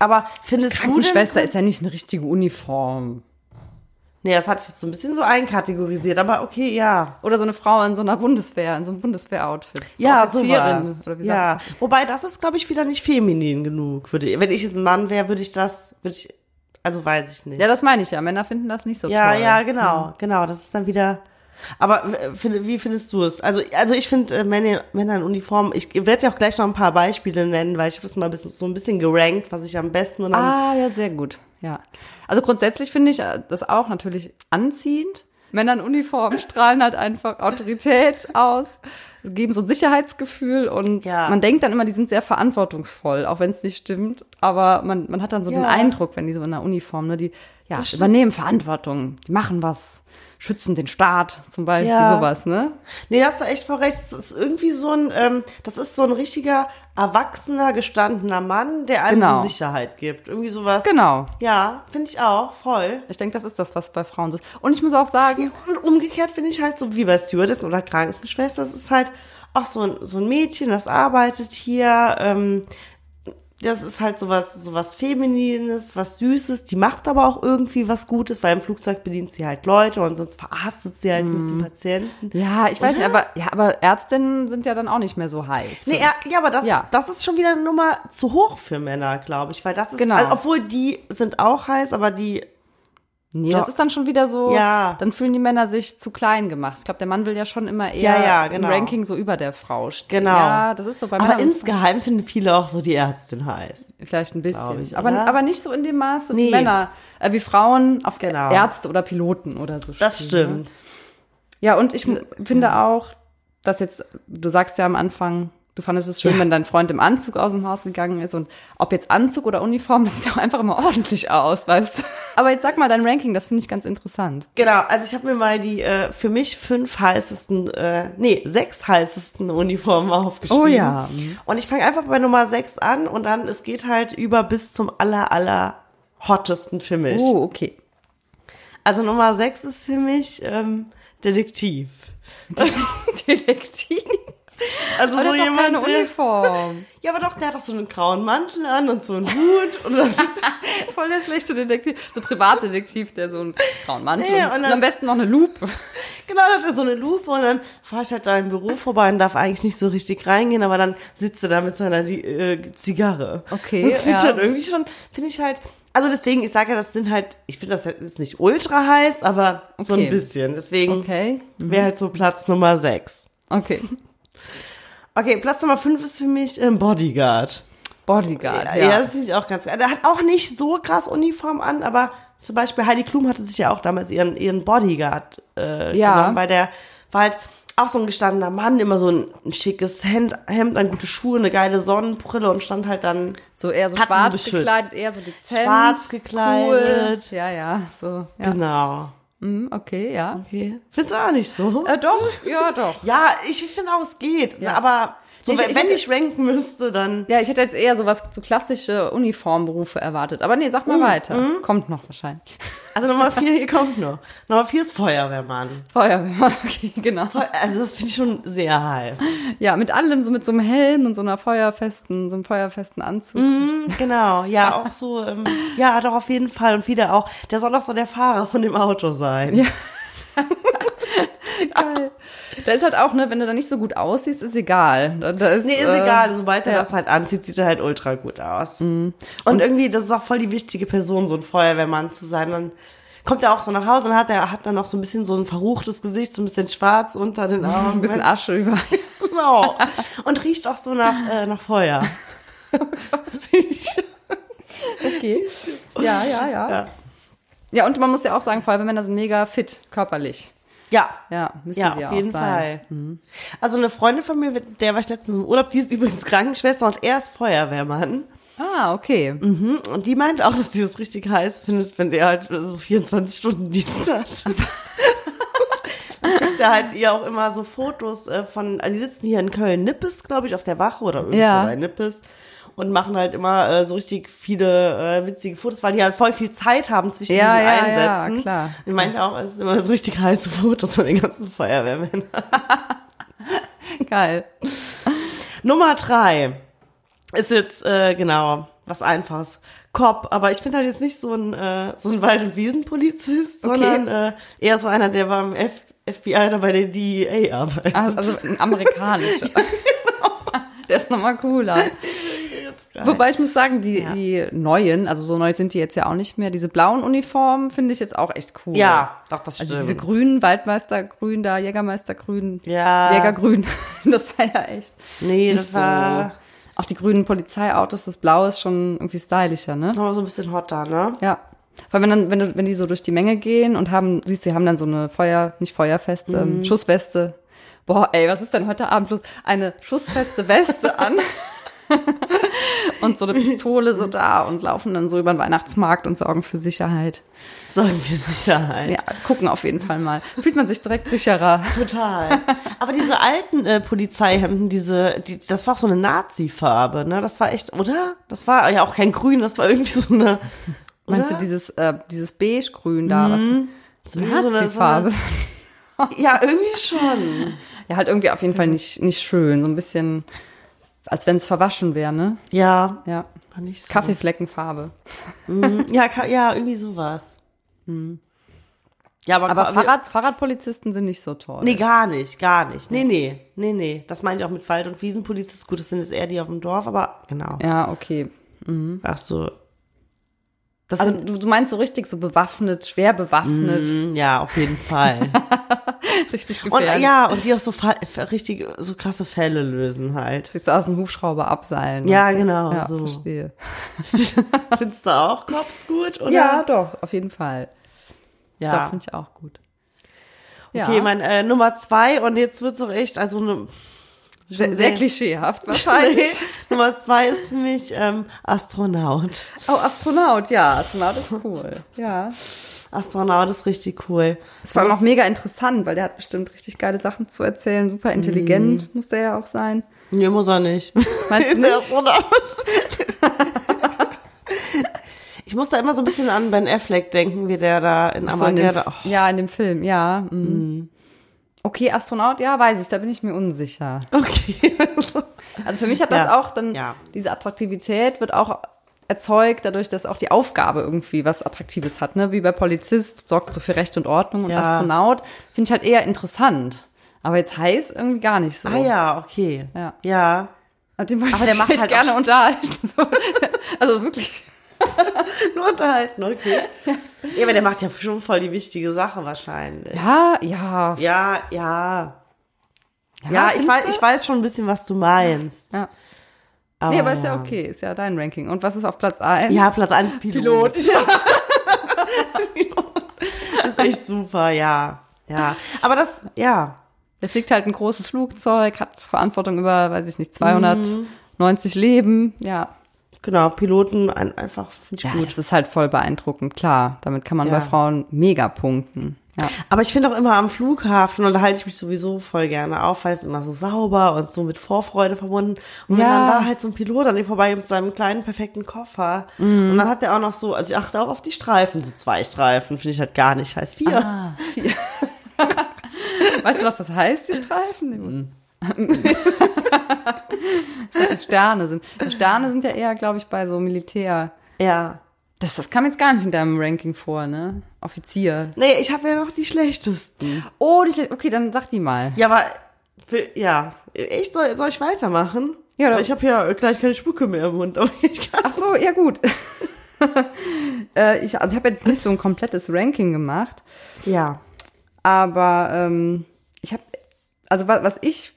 Speaker 1: Aber findest du denn...
Speaker 3: Krankenschwester ist ja nicht eine richtige Uniform.
Speaker 1: Nee, das hatte ich jetzt so ein bisschen so einkategorisiert, aber okay, ja.
Speaker 3: Oder so eine Frau in so einer Bundeswehr, in so einem Bundeswehr-Outfit. So
Speaker 1: Ja,
Speaker 3: Offizierin,
Speaker 1: sowas.
Speaker 3: Oder wie sagt
Speaker 1: ja. Wobei, das ist, glaube ich, wieder nicht feminin genug. Würde, wenn ich jetzt ein Mann wäre, würde ich das, würde ich Also weiß ich nicht.
Speaker 3: Ja, das meine ich ja. Männer finden das nicht so
Speaker 1: Ja,
Speaker 3: toll.
Speaker 1: ja, genau, genau. Das ist dann wieder. Aber äh, find- wie findest du es? Also, also ich finde äh, Männer, Männer in Uniform, ich werde ja auch gleich noch ein paar Beispiele nennen, weil ich habe das mal ein bisschen, so ein bisschen gerankt, was ich am besten und am,
Speaker 3: Ah, ja, sehr gut. Ja. Also grundsätzlich finde ich äh, das auch natürlich anziehend. Männer in Uniform strahlen halt einfach Autorität aus, geben so ein Sicherheitsgefühl und
Speaker 1: Ja.
Speaker 3: man denkt dann immer, die sind sehr verantwortungsvoll, auch wenn es nicht stimmt. Aber man, man hat dann so den
Speaker 1: Ja.
Speaker 3: Eindruck, wenn die so in der Uniform, ne, die ja,
Speaker 1: stimmt.
Speaker 3: übernehmen Verantwortung, die machen was, schützen den Staat zum Beispiel,
Speaker 1: Ja.
Speaker 3: sowas, ne?
Speaker 1: Nee, da hast du echt vor recht. Es ist irgendwie so ein, ähm, das ist so ein richtiger, erwachsener, gestandener Mann, der einem
Speaker 3: Genau.
Speaker 1: so Sicherheit gibt. Irgendwie sowas.
Speaker 3: Genau.
Speaker 1: Ja, finde ich auch, voll.
Speaker 3: Ich denke, das ist das, was bei Frauen so ist. Und ich muss auch sagen,
Speaker 1: Ja, Und umgekehrt finde ich halt so wie bei Stewardessen oder Krankenschwester, es ist halt auch so ein, so ein Mädchen, das arbeitet hier, ähm, das ist halt sowas, sowas Feminines, was Süßes, die macht aber auch irgendwie was Gutes, weil im Flugzeug bedient sie halt Leute und sonst verarztet sie halt so ein
Speaker 3: Mhm.
Speaker 1: bisschen Patienten.
Speaker 3: ja, ich weiß nicht, aber, ja, aber Ärztinnen sind ja dann auch nicht mehr so heiß.
Speaker 1: Nee, ja, ja, aber das,
Speaker 3: Ja.
Speaker 1: Ist, das ist schon wieder eine Nummer zu hoch für Männer, glaube ich, weil das ist,
Speaker 3: Genau.
Speaker 1: also, obwohl die sind auch heiß, aber die,
Speaker 3: Nee,
Speaker 1: Doch.
Speaker 3: das ist dann schon wieder so,
Speaker 1: Ja.
Speaker 3: dann fühlen die Männer sich zu klein gemacht. Ich glaube, der Mann will ja schon immer eher
Speaker 1: Ja, ja, genau.
Speaker 3: im Ranking so über der Frau stehen.
Speaker 1: Genau.
Speaker 3: Ja, das ist so bei
Speaker 1: aber
Speaker 3: Männern
Speaker 1: insgeheim finden viele auch so die Ärztin heiß.
Speaker 3: vielleicht ein
Speaker 1: Glaub
Speaker 3: bisschen.
Speaker 1: ich,
Speaker 3: aber,
Speaker 1: oder?
Speaker 3: aber nicht so in dem Maße wie
Speaker 1: Nee.
Speaker 3: Männer, äh, wie Frauen auf
Speaker 1: Genau.
Speaker 3: Ärzte oder Piloten oder so.
Speaker 1: Das
Speaker 3: stehen, Ne?
Speaker 1: stimmt.
Speaker 3: Ja, und ich m- finde auch, dass jetzt, du sagst ja am Anfang, du fandest es schön, wenn dein Freund im Anzug aus dem Haus gegangen ist und ob jetzt Anzug oder Uniform, das sieht auch einfach immer ordentlich aus, weißt du. Aber jetzt sag mal dein Ranking, das finde ich ganz interessant.
Speaker 1: Genau, also ich habe mir mal die äh, für mich fünf heißesten, äh, nee, sechs heißesten Uniformen aufgeschrieben.
Speaker 3: Oh ja.
Speaker 1: Und ich fange einfach bei Nummer sechs an und dann, es geht halt über bis zum aller, aller hottesten für mich.
Speaker 3: Oh, okay.
Speaker 1: Also Nummer sechs ist für mich ähm, Detektiv.
Speaker 3: Detektiv.
Speaker 1: Also
Speaker 3: Aber
Speaker 1: so
Speaker 3: so doch keine
Speaker 1: jemand, der,
Speaker 3: Uniform.
Speaker 1: ja aber doch, der hat doch so einen grauen Mantel an und so einen Hut und dann
Speaker 3: Voll der schlechte Detektiv. So Privatdetektiv, der so einen grauen Mantel
Speaker 1: Nee,
Speaker 3: und,
Speaker 1: und
Speaker 3: und
Speaker 1: dann-
Speaker 3: am besten noch eine Lupe.
Speaker 1: Genau, da hat er so eine Lupe und dann fahre ich halt da im Büro vorbei und darf eigentlich nicht so richtig reingehen, aber dann sitzt er da mit seiner Di- äh, Zigarre.
Speaker 3: Okay,
Speaker 1: Das finde
Speaker 3: ja.
Speaker 1: ich halt irgendwie schon, finde ich halt, also deswegen, ich sage ja, das sind halt, ich finde das jetzt nicht ultra heiß, aber so
Speaker 3: Okay.
Speaker 1: ein bisschen. Deswegen
Speaker 3: Okay.
Speaker 1: wäre halt so Platz Nummer 6.
Speaker 3: Okay.
Speaker 1: Okay, Platz Nummer 5 ist für mich ähm, Bodyguard.
Speaker 3: Bodyguard, ja.
Speaker 1: Ja, das finde ich auch ganz geil. Der hat auch nicht so krass Uniform an, aber zum Beispiel Heidi Klum hatte sich ja auch damals ihren, ihren Bodyguard äh,
Speaker 3: Ja.
Speaker 1: genommen, weil der war halt auch so ein gestandener Mann, immer so ein, ein schickes Hemd, Hemd, dann gute Schuhe, eine geile Sonnenbrille und stand halt dann
Speaker 3: So eher so
Speaker 1: Hat sie
Speaker 3: schwarz
Speaker 1: beschützt.
Speaker 3: gekleidet, eher so dezent.
Speaker 1: Schwarz gekleidet.
Speaker 3: Cool. Ja, ja, so. Ja.
Speaker 1: genau.
Speaker 3: Mhm, Okay, ja.
Speaker 1: Okay. Findest du auch nicht so?
Speaker 3: Äh, doch, ja, doch.
Speaker 1: Ja, ich finde auch, es geht.
Speaker 3: Ja.
Speaker 1: Aber so,
Speaker 3: Ich-
Speaker 1: wenn
Speaker 3: ich-
Speaker 1: ich, wenn ich ranken müsste, dann.
Speaker 3: Ja, ich hätte jetzt eher sowas zu klassische Uniformberufe erwartet. Aber nee, sag mal
Speaker 1: Mhm,
Speaker 3: weiter. Kommt noch wahrscheinlich.
Speaker 1: Also Nummer vier, hier kommt noch. Nummer vier ist Feuerwehrmann.
Speaker 3: Feuerwehrmann, okay, genau.
Speaker 1: Also das finde ich schon sehr heiß.
Speaker 3: Ja, mit allem, so mit so einem Helm und so einer feuerfesten, so einem feuerfesten Anzug.
Speaker 1: Genau, ja, auch so, ähm, ja, doch auf jeden Fall. Und wieder auch, der soll auch so der Fahrer von dem Auto sein. Ja,
Speaker 3: Da ist halt auch, ne, wenn du da nicht so gut aussiehst, ist egal. Da, da ist,
Speaker 1: nee, ist
Speaker 3: äh,
Speaker 1: egal, sobald er
Speaker 3: ja. Mhm.
Speaker 1: das halt anzieht, sieht er halt ultra gut aus. Und, irgendwie, das ist auch voll die wichtige Person, so ein Feuerwehrmann zu sein. Dann kommt er auch so nach Hause und hat er hat dann noch so ein bisschen so ein verruchtes Gesicht, so ein bisschen schwarz unter den Augen.
Speaker 3: Ist ein bisschen Asche über.
Speaker 1: genau. Und riecht auch so nach, äh, nach Feuer.
Speaker 3: Okay. Ja, ja, ja.
Speaker 1: Ja,
Speaker 3: Ja, und man muss ja auch sagen, Feuerwehrmänner sind mega fit, körperlich.
Speaker 1: ja.
Speaker 3: Ja, müssen
Speaker 1: Ja,
Speaker 3: sie ja
Speaker 1: auf jeden
Speaker 3: auch sein. Mhm.
Speaker 1: Fall. Also eine Freundin von mir, mit der war ich letztens im Urlaub, die ist übrigens Krankenschwester und er ist Feuerwehrmann.
Speaker 3: Ah, okay.
Speaker 1: Und die meint auch, dass die das richtig heiß findet, wenn der halt so 24 Stunden Dienst hat. Dann Schickt er halt ihr auch immer so Fotos äh, von, also die sitzen hier in Köln Nippes, glaube ich, auf der Wache oder irgendwo
Speaker 3: Ja.
Speaker 1: bei Nippes und machen halt immer äh, so richtig viele äh, witzige Fotos, weil die halt voll viel Zeit haben zwischen
Speaker 3: Ja,
Speaker 1: diesen
Speaker 3: ja, ja,
Speaker 1: Einsätzen.
Speaker 3: klar.
Speaker 1: Ich meinte auch, es sind immer so richtig heiße Fotos von den ganzen Feuerwehrmännern.
Speaker 3: Geil.
Speaker 1: Nummer drei ist jetzt, äh, genau, was Einfaches. Cop, aber ich bin halt jetzt nicht so ein, äh, so ein Wald- und Wiesenpolizist,
Speaker 3: Okay.
Speaker 1: sondern äh, eher so einer, der beim F FBI oder bei der DEA arbeitet.
Speaker 3: Also, also ein amerikanischer. Der ist nochmal cooler.
Speaker 1: Jetzt geil.
Speaker 3: genau. Wobei ich muss sagen, die,
Speaker 1: Ja.
Speaker 3: die neuen, also so neu sind die jetzt ja auch nicht mehr. Diese blauen Uniformen finde ich jetzt auch echt cool.
Speaker 1: ja, doch, das stimmt.
Speaker 3: Also diese grünen, Waldmeistergrün da, Jägermeistergrün,
Speaker 1: Ja.
Speaker 3: Jägergrün. Das war ja echt
Speaker 1: nee,
Speaker 3: nicht
Speaker 1: das war
Speaker 3: so. Auch die grünen Polizeiautos, das Blaue ist schon irgendwie stylischer, ne?
Speaker 1: aber so ein bisschen hot da, ne?
Speaker 3: Ja. Weil wenn dann, wenn, du, wenn die so durch die Menge gehen und haben, siehst du, die haben dann so eine Feuer, nicht feuerfest,
Speaker 1: Mhm.
Speaker 3: ähm, Schussweste. Boah, ey, was ist denn heute Abend bloß? Eine schussfeste Weste an. und so eine Pistole so da und laufen dann so über den Weihnachtsmarkt und sorgen für Sicherheit.
Speaker 1: Sorgen für Sicherheit.
Speaker 3: Ja, gucken auf jeden Fall mal. Fühlt man sich direkt sicherer.
Speaker 1: Total. Aber diese alten äh, Polizeihemden, diese, die, das war auch so eine Nazi-Farbe, ne? Das war echt, oder? Das war ja auch kein Grün, das war irgendwie so eine. Oder?
Speaker 3: Meinst du dieses, äh, dieses beige-grün da? Was,
Speaker 1: Mhm. So wie so eine-
Speaker 3: Nazi-Farbe.
Speaker 1: Ja, irgendwie schon.
Speaker 3: Ja, halt irgendwie auf jeden
Speaker 1: Mhm.
Speaker 3: Fall nicht, nicht schön. So ein bisschen, als wenn es verwaschen wäre, ne?
Speaker 1: Ja,
Speaker 3: Ja.
Speaker 1: war nicht so.
Speaker 3: Kaffeefleckenfarbe.
Speaker 1: Ja, Ka ja irgendwie sowas. Hm. Ja, aber,
Speaker 3: Aber
Speaker 1: Ka-
Speaker 3: Fahrrad, Fahrradpolizisten sind nicht so toll.
Speaker 1: Nee, gar nicht, gar nicht. Nee, nee, nee, nee. Das meinte ich auch mit Wald- und Wiesenpolizist. Gut, das sind jetzt eher die auf dem Dorf, aber genau.
Speaker 3: Ja, okay.
Speaker 1: Ach so. Das
Speaker 3: Also
Speaker 1: sind,
Speaker 3: du, du meinst so richtig so bewaffnet, schwer bewaffnet,
Speaker 1: Mm, ja, auf jeden Fall.
Speaker 3: richtig
Speaker 1: Und äh,
Speaker 3: gefährlich.
Speaker 1: ja, und die auch so fa- fa- richtig so krasse Fälle lösen halt.
Speaker 3: Sich so aus dem Hubschrauber abseilen.
Speaker 1: Ja,
Speaker 3: und so.
Speaker 1: genau,
Speaker 3: Ja,
Speaker 1: so.
Speaker 3: verstehe.
Speaker 1: Findest du auch Cops gut, oder?
Speaker 3: Ja, doch, auf jeden Fall. Doch,
Speaker 1: ja.
Speaker 3: finde ich auch gut.
Speaker 1: Okay, mein äh, Nummer zwei und jetzt wird's auch echt, also ne,
Speaker 3: sehr, sehr
Speaker 1: sehr-
Speaker 3: klischeehaft
Speaker 1: nee,
Speaker 3: wahrscheinlich.
Speaker 1: Nummer zwei ist für mich ähm, Astronaut.
Speaker 3: oh, Astronaut, ja, Astronaut ist cool. Ja.
Speaker 1: Astronaut ist richtig cool.
Speaker 3: Ist vor allem auch mega interessant, weil der hat bestimmt richtig geile Sachen zu erzählen. Super intelligent muss der ja auch sein.
Speaker 1: Nee, muss er nicht.
Speaker 3: Meinst du
Speaker 1: Mhm. Ist er
Speaker 3: nicht?
Speaker 1: Astronaut? ich muss da immer so ein bisschen an Ben Affleck denken, wie der oh. da in
Speaker 3: So in dem,
Speaker 1: Armageddon.
Speaker 3: F- Ja, in dem Film, ja. Mhm. Okay, Astronaut, ja, weiß ich, da bin ich mir unsicher.
Speaker 1: Oh, okay.
Speaker 3: Also für mich hat das
Speaker 1: Ja,
Speaker 3: auch dann,
Speaker 1: ja.
Speaker 3: diese Attraktivität wird auch erzeugt dadurch, dass auch die Aufgabe irgendwie was Attraktives hat, ne? Wie bei Polizist sorgt so für Recht und Ordnung und
Speaker 1: Ja.
Speaker 3: Astronaut finde ich halt eher interessant. Aber jetzt heiß irgendwie gar nicht so.
Speaker 1: ah ja, okay.
Speaker 3: Ja.
Speaker 1: ja.
Speaker 3: Und den wollte
Speaker 1: Aber
Speaker 3: ich
Speaker 1: der macht
Speaker 3: echt
Speaker 1: halt auch-
Speaker 3: gerne unterhalten. So. Also wirklich.
Speaker 1: Nur unterhalten, okay. Ja, aber der macht ja schon voll die wichtige Sache wahrscheinlich.
Speaker 3: Ja, ja.
Speaker 1: Ja, ja. Ja, ich,
Speaker 3: findest
Speaker 1: weiß,
Speaker 3: du?
Speaker 1: ich weiß schon ein bisschen, was du meinst.
Speaker 3: Ja. Nee, aber ist ja okay, ist ja dein Ranking. Und was ist auf Platz 1?
Speaker 1: Ah, Ja, Platz 1 Pilot. ist echt super, ja. Ja. Aber das, ja.
Speaker 3: Der fliegt halt ein großes Flugzeug, hat Verantwortung über, weiß ich nicht, 290 Leben. Ja.
Speaker 1: Genau, Piloten ein, einfach finde ich
Speaker 3: ja,
Speaker 1: gut.
Speaker 3: das ist halt voll beeindruckend, klar. Damit kann man
Speaker 1: Ja.
Speaker 3: bei Frauen mega punkten. Ja.
Speaker 1: Aber ich finde auch immer am Flughafen, und da halte ich mich sowieso voll gerne auf, weil es immer so sauber und so mit Vorfreude verbunden. Und wenn
Speaker 3: Ja.
Speaker 1: dann da halt so ein Pilot an dir vorbei mit seinem kleinen, perfekten Koffer.
Speaker 3: Mhm.
Speaker 1: Und dann hat der auch noch so, also ich achte auch auf die Streifen, so zwei Streifen, finde ich halt gar nicht, heißt vier.
Speaker 3: Ah. Weißt du, was das heißt, die Streifen? Nee, muss- Ich dachte, Sterne sind. Sterne sind ja eher, glaube ich, bei so Militär.
Speaker 1: Ja.
Speaker 3: Das, das kam jetzt gar nicht in deinem Ranking vor, ne? Offizier.
Speaker 1: Nee, ich habe ja noch die schlechtesten.
Speaker 3: Oh, die, okay, dann sag die mal.
Speaker 1: Ja, aber, für, ja. Echt, soll, soll ich weitermachen?
Speaker 3: Ja,
Speaker 1: Weil
Speaker 3: doch.
Speaker 1: Ich habe ja gleich keine Spucke mehr im Mund, aber ich kann.
Speaker 3: Ach so, ja gut. äh, ich also ich habe jetzt nicht so ein komplettes Ranking gemacht,
Speaker 1: Ja.
Speaker 3: aber ähm, ich habe, also was, was ich,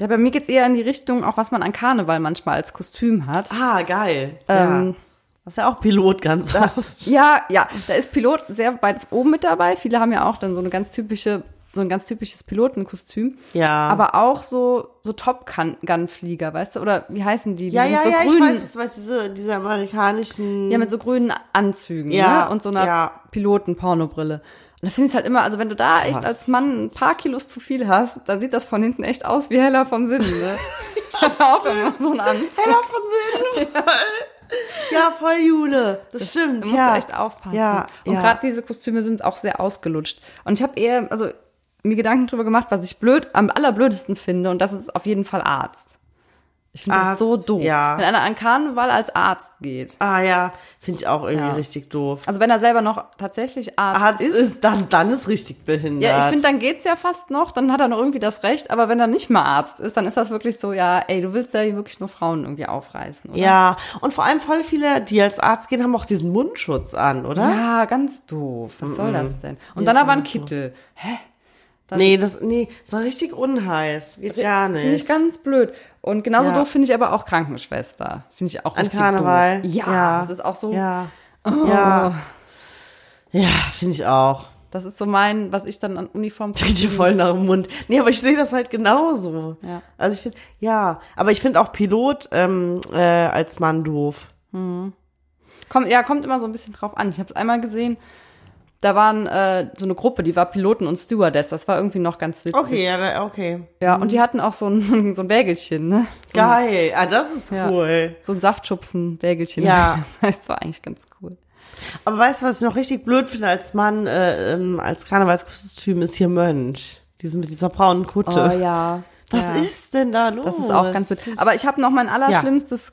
Speaker 3: ja, bei mir geht's eher in die Richtung, auch was man an Karneval manchmal als Kostüm hat.
Speaker 1: Ah, geil. ja.
Speaker 3: Ähm,
Speaker 1: Das ist ja auch Pilot ganz oft.
Speaker 3: Ja, ja, da ist Pilot sehr weit oben mit dabei. Viele haben ja auch dann so eine ganz typische, so ein ganz typisches Pilotenkostüm.
Speaker 1: Ja.
Speaker 3: Aber auch so, so Top Gun Flieger, weißt du? Oder wie heißen die? die
Speaker 1: Ja,
Speaker 3: sind
Speaker 1: ja,
Speaker 3: so
Speaker 1: ja, ich
Speaker 3: grün.
Speaker 1: weiß, ich weiß, diese, diese amerikanischen.
Speaker 3: Ja, mit so grünen Anzügen
Speaker 1: Hm. Ja,
Speaker 3: ne? und so einer
Speaker 1: ja.
Speaker 3: Piloten-Pornobrille. Und da finde ich halt immer, also wenn du da echt
Speaker 1: Was?
Speaker 3: als Mann ein paar Kilos zu viel hast, dann sieht das von hinten echt aus wie heller vom Sinn. Ne? das auch immer so ein Anzug.
Speaker 1: Heller von Sinn. ja, voll Jule. Das, stimmt.
Speaker 3: Da musst
Speaker 1: ja.
Speaker 3: du echt aufpassen.
Speaker 1: Ja,
Speaker 3: und
Speaker 1: ja.
Speaker 3: gerade diese Kostüme sind auch sehr ausgelutscht. Und ich habe eher, also mir Gedanken drüber gemacht, was ich blöd, am allerblödesten finde, und das ist auf jeden Fall Arzt. Ich finde das
Speaker 1: Arzt,
Speaker 3: so doof.
Speaker 1: ja.
Speaker 3: Wenn einer an Karneval als Arzt geht.
Speaker 1: Ah ja, finde ich auch irgendwie
Speaker 3: Ja.
Speaker 1: richtig doof.
Speaker 3: Also wenn er selber noch tatsächlich Arzt,
Speaker 1: Arzt
Speaker 3: ist.
Speaker 1: ist, dann, dann ist richtig behindert.
Speaker 3: Ja, ich finde, dann geht's ja fast noch, dann hat er noch irgendwie das Recht, aber wenn er nicht mal Arzt ist, dann ist das wirklich so, ja, ey, du willst ja hier wirklich nur Frauen irgendwie aufreißen, oder?
Speaker 1: Ja, und vor allem voll viele, die als Arzt gehen, haben auch diesen Mundschutz an, oder?
Speaker 3: Ja, ganz doof. Was soll das denn? Und dann aber ein Kittel. Hä?
Speaker 1: nee, das, nee, so richtig unheiß. Geht gar nicht.
Speaker 3: Finde ich ganz blöd. Und genauso
Speaker 1: Ja.
Speaker 3: doof finde ich aber auch Krankenschwester. Finde ich auch
Speaker 1: An
Speaker 3: richtig
Speaker 1: Karneval.
Speaker 3: doof. Oh. Ja, das ist auch so,
Speaker 1: Ja. Ja. Ja, finde ich auch.
Speaker 3: das ist so mein, was ich dann an Uniform
Speaker 1: Geht dir voll nach dem Mund. Nee, aber ich sehe das halt genauso.
Speaker 3: Ja.
Speaker 1: Also ich finde, ja, aber ich finde auch Pilot ähm, äh, als Mann doof.
Speaker 3: Kommt, ja, kommt immer so ein bisschen drauf an. Ich habe es einmal gesehen. Da waren äh, so eine Gruppe, die war Piloten und Stewardess. Das war irgendwie noch ganz witzig.
Speaker 1: ja, okay.
Speaker 3: Ja, und die hatten auch so ein, so ein- so ein Wägelchen, ne? So ein,
Speaker 1: Mhm. Geil. Ah, das ist
Speaker 3: Ja.
Speaker 1: cool.
Speaker 3: so ein Saftschubsen-Wägelchen.
Speaker 1: Ja.
Speaker 3: Das heißt, war eigentlich ganz cool.
Speaker 1: Aber weißt du, was ich noch richtig blöd finde als Mann, äh, ähm, als Karnevalskostüm, ist hier Mönch. Diesen mit dieser braunen Kutte.
Speaker 3: Oh, ja.
Speaker 1: Oh, Was
Speaker 3: ja.
Speaker 1: ist denn da los?
Speaker 3: Das ist auch ganz witzig. Aber ich habe noch mein allerschlimmstes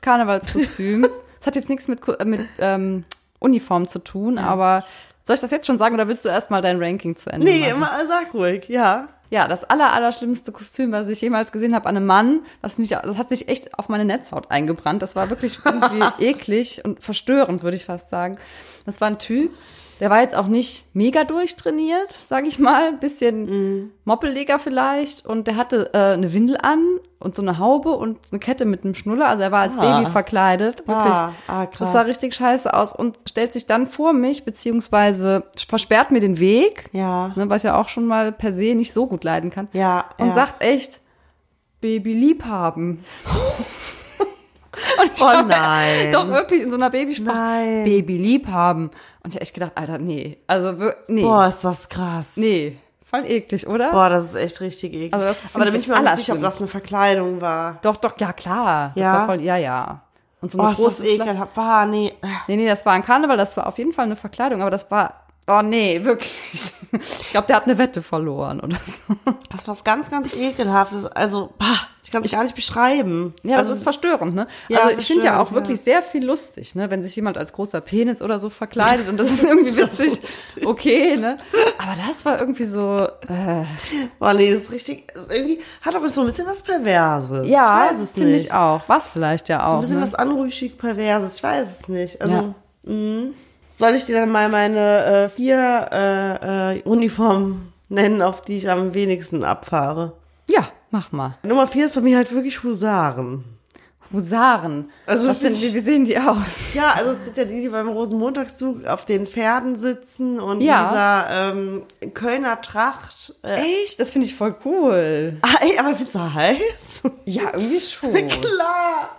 Speaker 3: Karnevalskostüm. Das hat jetzt nichts mit, Ko- äh, mit ähm, Uniform zu tun, aber soll ich das jetzt schon sagen oder willst du erstmal dein Ranking zu Ende
Speaker 1: Nee,
Speaker 3: machen?
Speaker 1: immer, sag ruhig, ja.
Speaker 3: Ja, das aller, allerschlimmste Kostüm, was ich jemals gesehen habe an einem Mann, das, mich, das hat sich echt auf meine Netzhaut eingebrannt. Das war wirklich irgendwie eklig und verstörend, würde ich fast sagen. Das war ein Typ, der war jetzt auch nicht mega durchtrainiert, sage ich mal, bisschen
Speaker 1: Mhm.
Speaker 3: moppeliger vielleicht. Und der hatte äh, eine Windel an und so eine Haube und eine Kette mit einem Schnuller. Also er war als
Speaker 1: Ah.
Speaker 3: Baby verkleidet, wirklich.
Speaker 1: Ah, ah,
Speaker 3: Das sah
Speaker 1: krass.
Speaker 3: richtig scheiße aus und stellt sich dann vor mich, beziehungsweise versperrt mir den Weg
Speaker 1: Ja.
Speaker 3: ne, was ja auch schon mal per se nicht so gut leiden kann.
Speaker 1: Ja,
Speaker 3: Und
Speaker 1: ja.
Speaker 3: sagt echt, Baby lieb haben. Und ich
Speaker 1: Oh
Speaker 3: war
Speaker 1: nein.
Speaker 3: Doch wirklich in so einer Babysprache.
Speaker 1: Nein.
Speaker 3: Baby lieb haben. Und ich hab echt gedacht, Alter, nee. Also, wir- nee.
Speaker 1: Boah, ist das krass.
Speaker 3: Nee. Voll eklig, oder?
Speaker 1: Boah, das ist echt richtig eklig.
Speaker 3: Also das find
Speaker 1: Aber da
Speaker 3: ich
Speaker 1: bin
Speaker 3: das
Speaker 1: ich mir auch nicht sicher, ob
Speaker 3: Allerschlimmste.
Speaker 1: das eine Verkleidung war.
Speaker 3: Doch, doch, ja, klar. Das
Speaker 1: Ja?
Speaker 3: war voll, ja, ja. Und so
Speaker 1: Boah,
Speaker 3: eine
Speaker 1: ist das
Speaker 3: große Fla-
Speaker 1: ekelhaft. Ah, nee.
Speaker 3: Nee, nee, das war ein Karneval, das war auf jeden Fall eine Verkleidung, aber das war, oh nee, wirklich. Ich glaube, der hat eine Wette verloren oder so.
Speaker 1: Das ist was ganz, ganz ekelhaftes. Also, bah, ich kann es gar nicht beschreiben.
Speaker 3: Ja,
Speaker 1: also,
Speaker 3: das ist verstörend, ne?
Speaker 1: Ja,
Speaker 3: also ich finde ja
Speaker 1: verstörend,
Speaker 3: auch wirklich sehr viel lustig, ne? Wenn sich jemand als großer Penis oder so verkleidet und das ist irgendwie witzig, okay, ne? Aber das war irgendwie so, äh,
Speaker 1: Boah, nee, das ist richtig. Das ist irgendwie hat aber so ein bisschen was Perverses.
Speaker 3: ja,
Speaker 1: ich weiß es
Speaker 3: finde
Speaker 1: nicht.
Speaker 3: ich auch. Was vielleicht ja auch.
Speaker 1: So ein bisschen
Speaker 3: ne?
Speaker 1: was anrüchig Perverses. Ich weiß es nicht. Also,
Speaker 3: Ja.
Speaker 1: mh. soll ich dir dann mal meine äh, vier äh, äh, Uniformen nennen, auf die ich am wenigsten abfahre?
Speaker 3: ja, mach mal.
Speaker 1: Nummer vier ist bei mir halt wirklich Husaren.
Speaker 3: Husaren.
Speaker 1: Also
Speaker 3: Also was sind,
Speaker 1: ich-
Speaker 3: wie, wie sehen die aus?
Speaker 1: Ja, also es sind ja die, die beim Rosenmontagszug auf den Pferden sitzen und
Speaker 3: Ja.
Speaker 1: in dieser ähm, Kölner Tracht. Äh,
Speaker 3: Echt? Das finde ich voll cool.
Speaker 1: ah, ey, aber findest du heiß?
Speaker 3: Ja, irgendwie schon.
Speaker 1: Klar.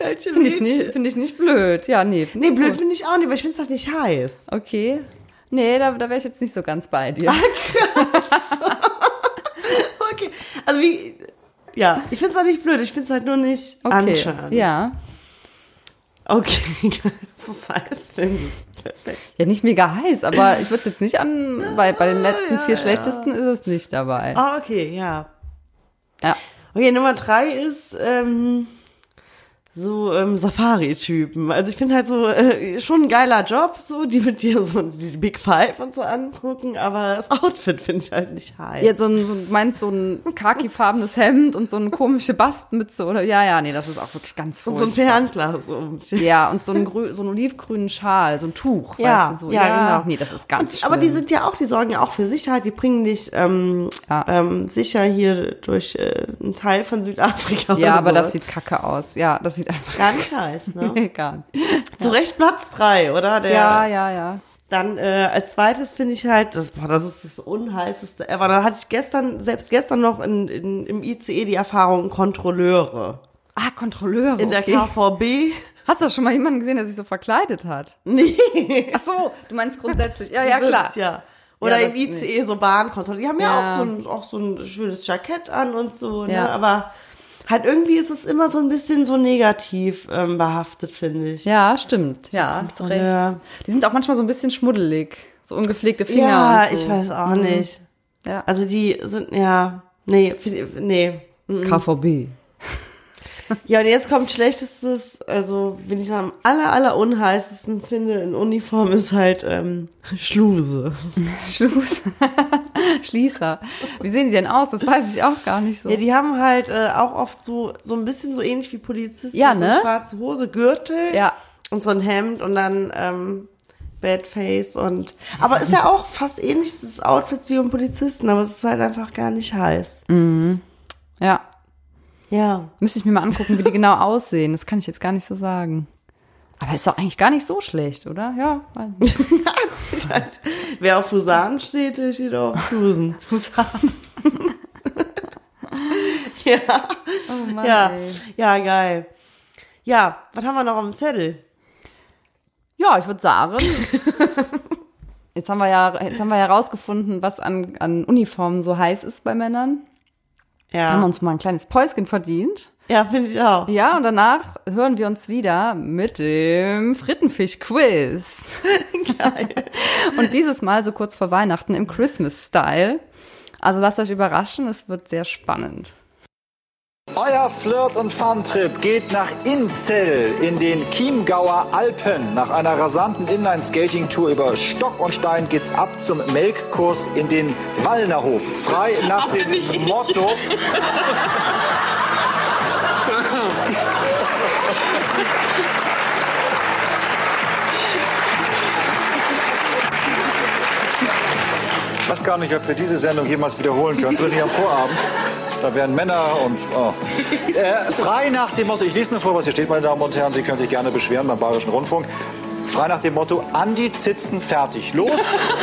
Speaker 1: Kölsche
Speaker 3: Finde ich nicht, finde ich nicht blöd. Ja, nee. find
Speaker 1: Nee,
Speaker 3: ich
Speaker 1: blöd
Speaker 3: gut.
Speaker 1: finde ich auch nicht, aber ich finde es halt nicht heiß.
Speaker 3: Okay. Nee, da, da wäre ich jetzt nicht so ganz bei dir.
Speaker 1: Okay, also wie... Ja, ich finde es halt nicht blöd, ich finde es halt nur nicht
Speaker 3: Okay.
Speaker 1: anscheinend.
Speaker 3: Ja.
Speaker 1: Okay, das ist heiß, finde ich. Perfekt.
Speaker 3: Ja, nicht mega heiß, aber ich würde jetzt nicht an, bei, bei den letzten vier schlechtesten ist es nicht dabei.
Speaker 1: Ah, okay, ja.
Speaker 3: Ja.
Speaker 1: Okay, Nummer drei ist ähm, so ähm, Safari-Typen. Also ich finde halt so äh, schon ein geiler Job, so die mit dir so die Big Five und so angucken, aber das Outfit finde ich halt nicht heiß.
Speaker 3: Ja, so ein, so, ein- meinst so ein khakifarbenes Hemd und so eine komische Bastenmütze oder, ja, ja, nee, das ist auch wirklich ganz
Speaker 1: und so
Speaker 3: furchtbar.
Speaker 1: ein Fernglas um.
Speaker 3: Ja, und so ein grü so einen olivgrünen Schal, so ein Tuch,
Speaker 1: Ja,
Speaker 3: weißt du, so.
Speaker 1: ja, genau.
Speaker 3: Nee, das ist ganz
Speaker 1: Und, aber die
Speaker 3: schlimm.
Speaker 1: sind ja auch, die sorgen ja auch für Sicherheit, die bringen dich ähm,
Speaker 3: Ja.
Speaker 1: ähm, sicher hier durch äh, einen Teil von Südafrika.
Speaker 3: Ja,
Speaker 1: oder
Speaker 3: aber
Speaker 1: sowas.
Speaker 3: das sieht kacke aus. Ja, das sieht einfach
Speaker 1: gar nicht heiß, ne?
Speaker 3: gar nicht.
Speaker 1: Zu Recht Platz drei, oder? Der,
Speaker 3: Ja, ja, ja.
Speaker 1: Dann äh, als zweites finde ich halt, das, boah, das ist das unheißeste ever. Da hatte ich gestern, selbst gestern noch in, in, im ICE die Erfahrung Kontrolleure.
Speaker 3: Ah, Kontrolleure.
Speaker 1: In der
Speaker 3: okay.
Speaker 1: KVB.
Speaker 3: Hast du schon mal jemanden gesehen, der sich so verkleidet hat?
Speaker 1: Nee.
Speaker 3: Ach so, du meinst grundsätzlich. Ja, ja, klar.
Speaker 1: Witz, Ja. Oder im
Speaker 3: Ja, das
Speaker 1: ICE so Bahnkontrolle. Die haben ja,
Speaker 3: Ja.
Speaker 1: auch, so ein, auch so ein schönes Jackett an und so, ne?
Speaker 3: Ja.
Speaker 1: Aber halt irgendwie ist es immer so ein bisschen so negativ ähm, behaftet, finde ich.
Speaker 3: Ja, stimmt. Ja, hast
Speaker 1: von
Speaker 3: recht.
Speaker 1: der-
Speaker 3: Die sind auch manchmal so ein bisschen schmuddelig. So ungepflegte Finger.
Speaker 1: Ja, also
Speaker 3: und so.
Speaker 1: ich weiß auch nicht.
Speaker 3: Ja.
Speaker 1: Also die sind, ja, nee, find ich- nee.
Speaker 3: KVB.
Speaker 1: Ja, und jetzt kommt schlechtestes, also wenn ich am aller, aller unheißesten finde in Uniform, ist halt ähm, Schluse.
Speaker 3: Schluss. Schließer. Wie sehen die denn aus? Das weiß ich auch gar nicht so.
Speaker 1: Ja, die haben halt äh, auch oft so, so ein bisschen so ähnlich wie Polizisten.
Speaker 3: Ja,
Speaker 1: So eine
Speaker 3: ne?
Speaker 1: schwarze Hose, Gürtel
Speaker 3: Ja.
Speaker 1: und so ein Hemd und dann ähm, Badface und. Aber ist ja auch fast ähnlich des Outfits wie beim Polizisten, aber es ist halt einfach gar nicht heiß.
Speaker 3: Ja.
Speaker 1: Ja.
Speaker 3: Müsste ich mir mal angucken, wie die genau aussehen. Das kann ich jetzt gar nicht so sagen. Aber ist doch eigentlich gar nicht so schlecht, oder? Ja. weiß nicht.
Speaker 1: Wer auf Husan steht, der steht auch auf Schlusen. ja.
Speaker 3: Oh Mann,
Speaker 1: Ja.
Speaker 3: ey.
Speaker 1: ja, geil. Ja, was haben wir noch auf dem Zettel?
Speaker 3: Ja, ich würde sagen. Jetzt haben wir ja, jetzt haben wir ja rausgefunden, was an, an Uniformen so heiß ist bei Männern. Haben wir
Speaker 1: Ja,
Speaker 3: uns mal ein kleines Päuschen verdient.
Speaker 1: ja finde ich auch.
Speaker 3: Ja, und danach hören wir uns wieder mit dem Frittenfisch-Quiz. Geil. Und dieses Mal so kurz vor Weihnachten im Christmas-Style. Also lasst euch überraschen, es wird sehr spannend.
Speaker 4: Euer Flirt- und Fun-Trip geht nach Inzell in den Chiemgauer Alpen. Nach einer rasanten Inline-Skating-Tour über Stock und Stein geht's ab zum Melkkurs in den Wallnerhof. Frei nach dem Motto. Ich weiß gar nicht, ob wir diese Sendung jemals wiederholen können. Zumindest nicht am Vorabend. Da werden Männer und. Oh. Äh, frei nach dem Motto, ich lese nur vor, was hier steht, meine Damen und Herren. Sie können sich gerne beschweren beim Bayerischen Rundfunk. Frei nach dem Motto, an die Zitzen fertig. Los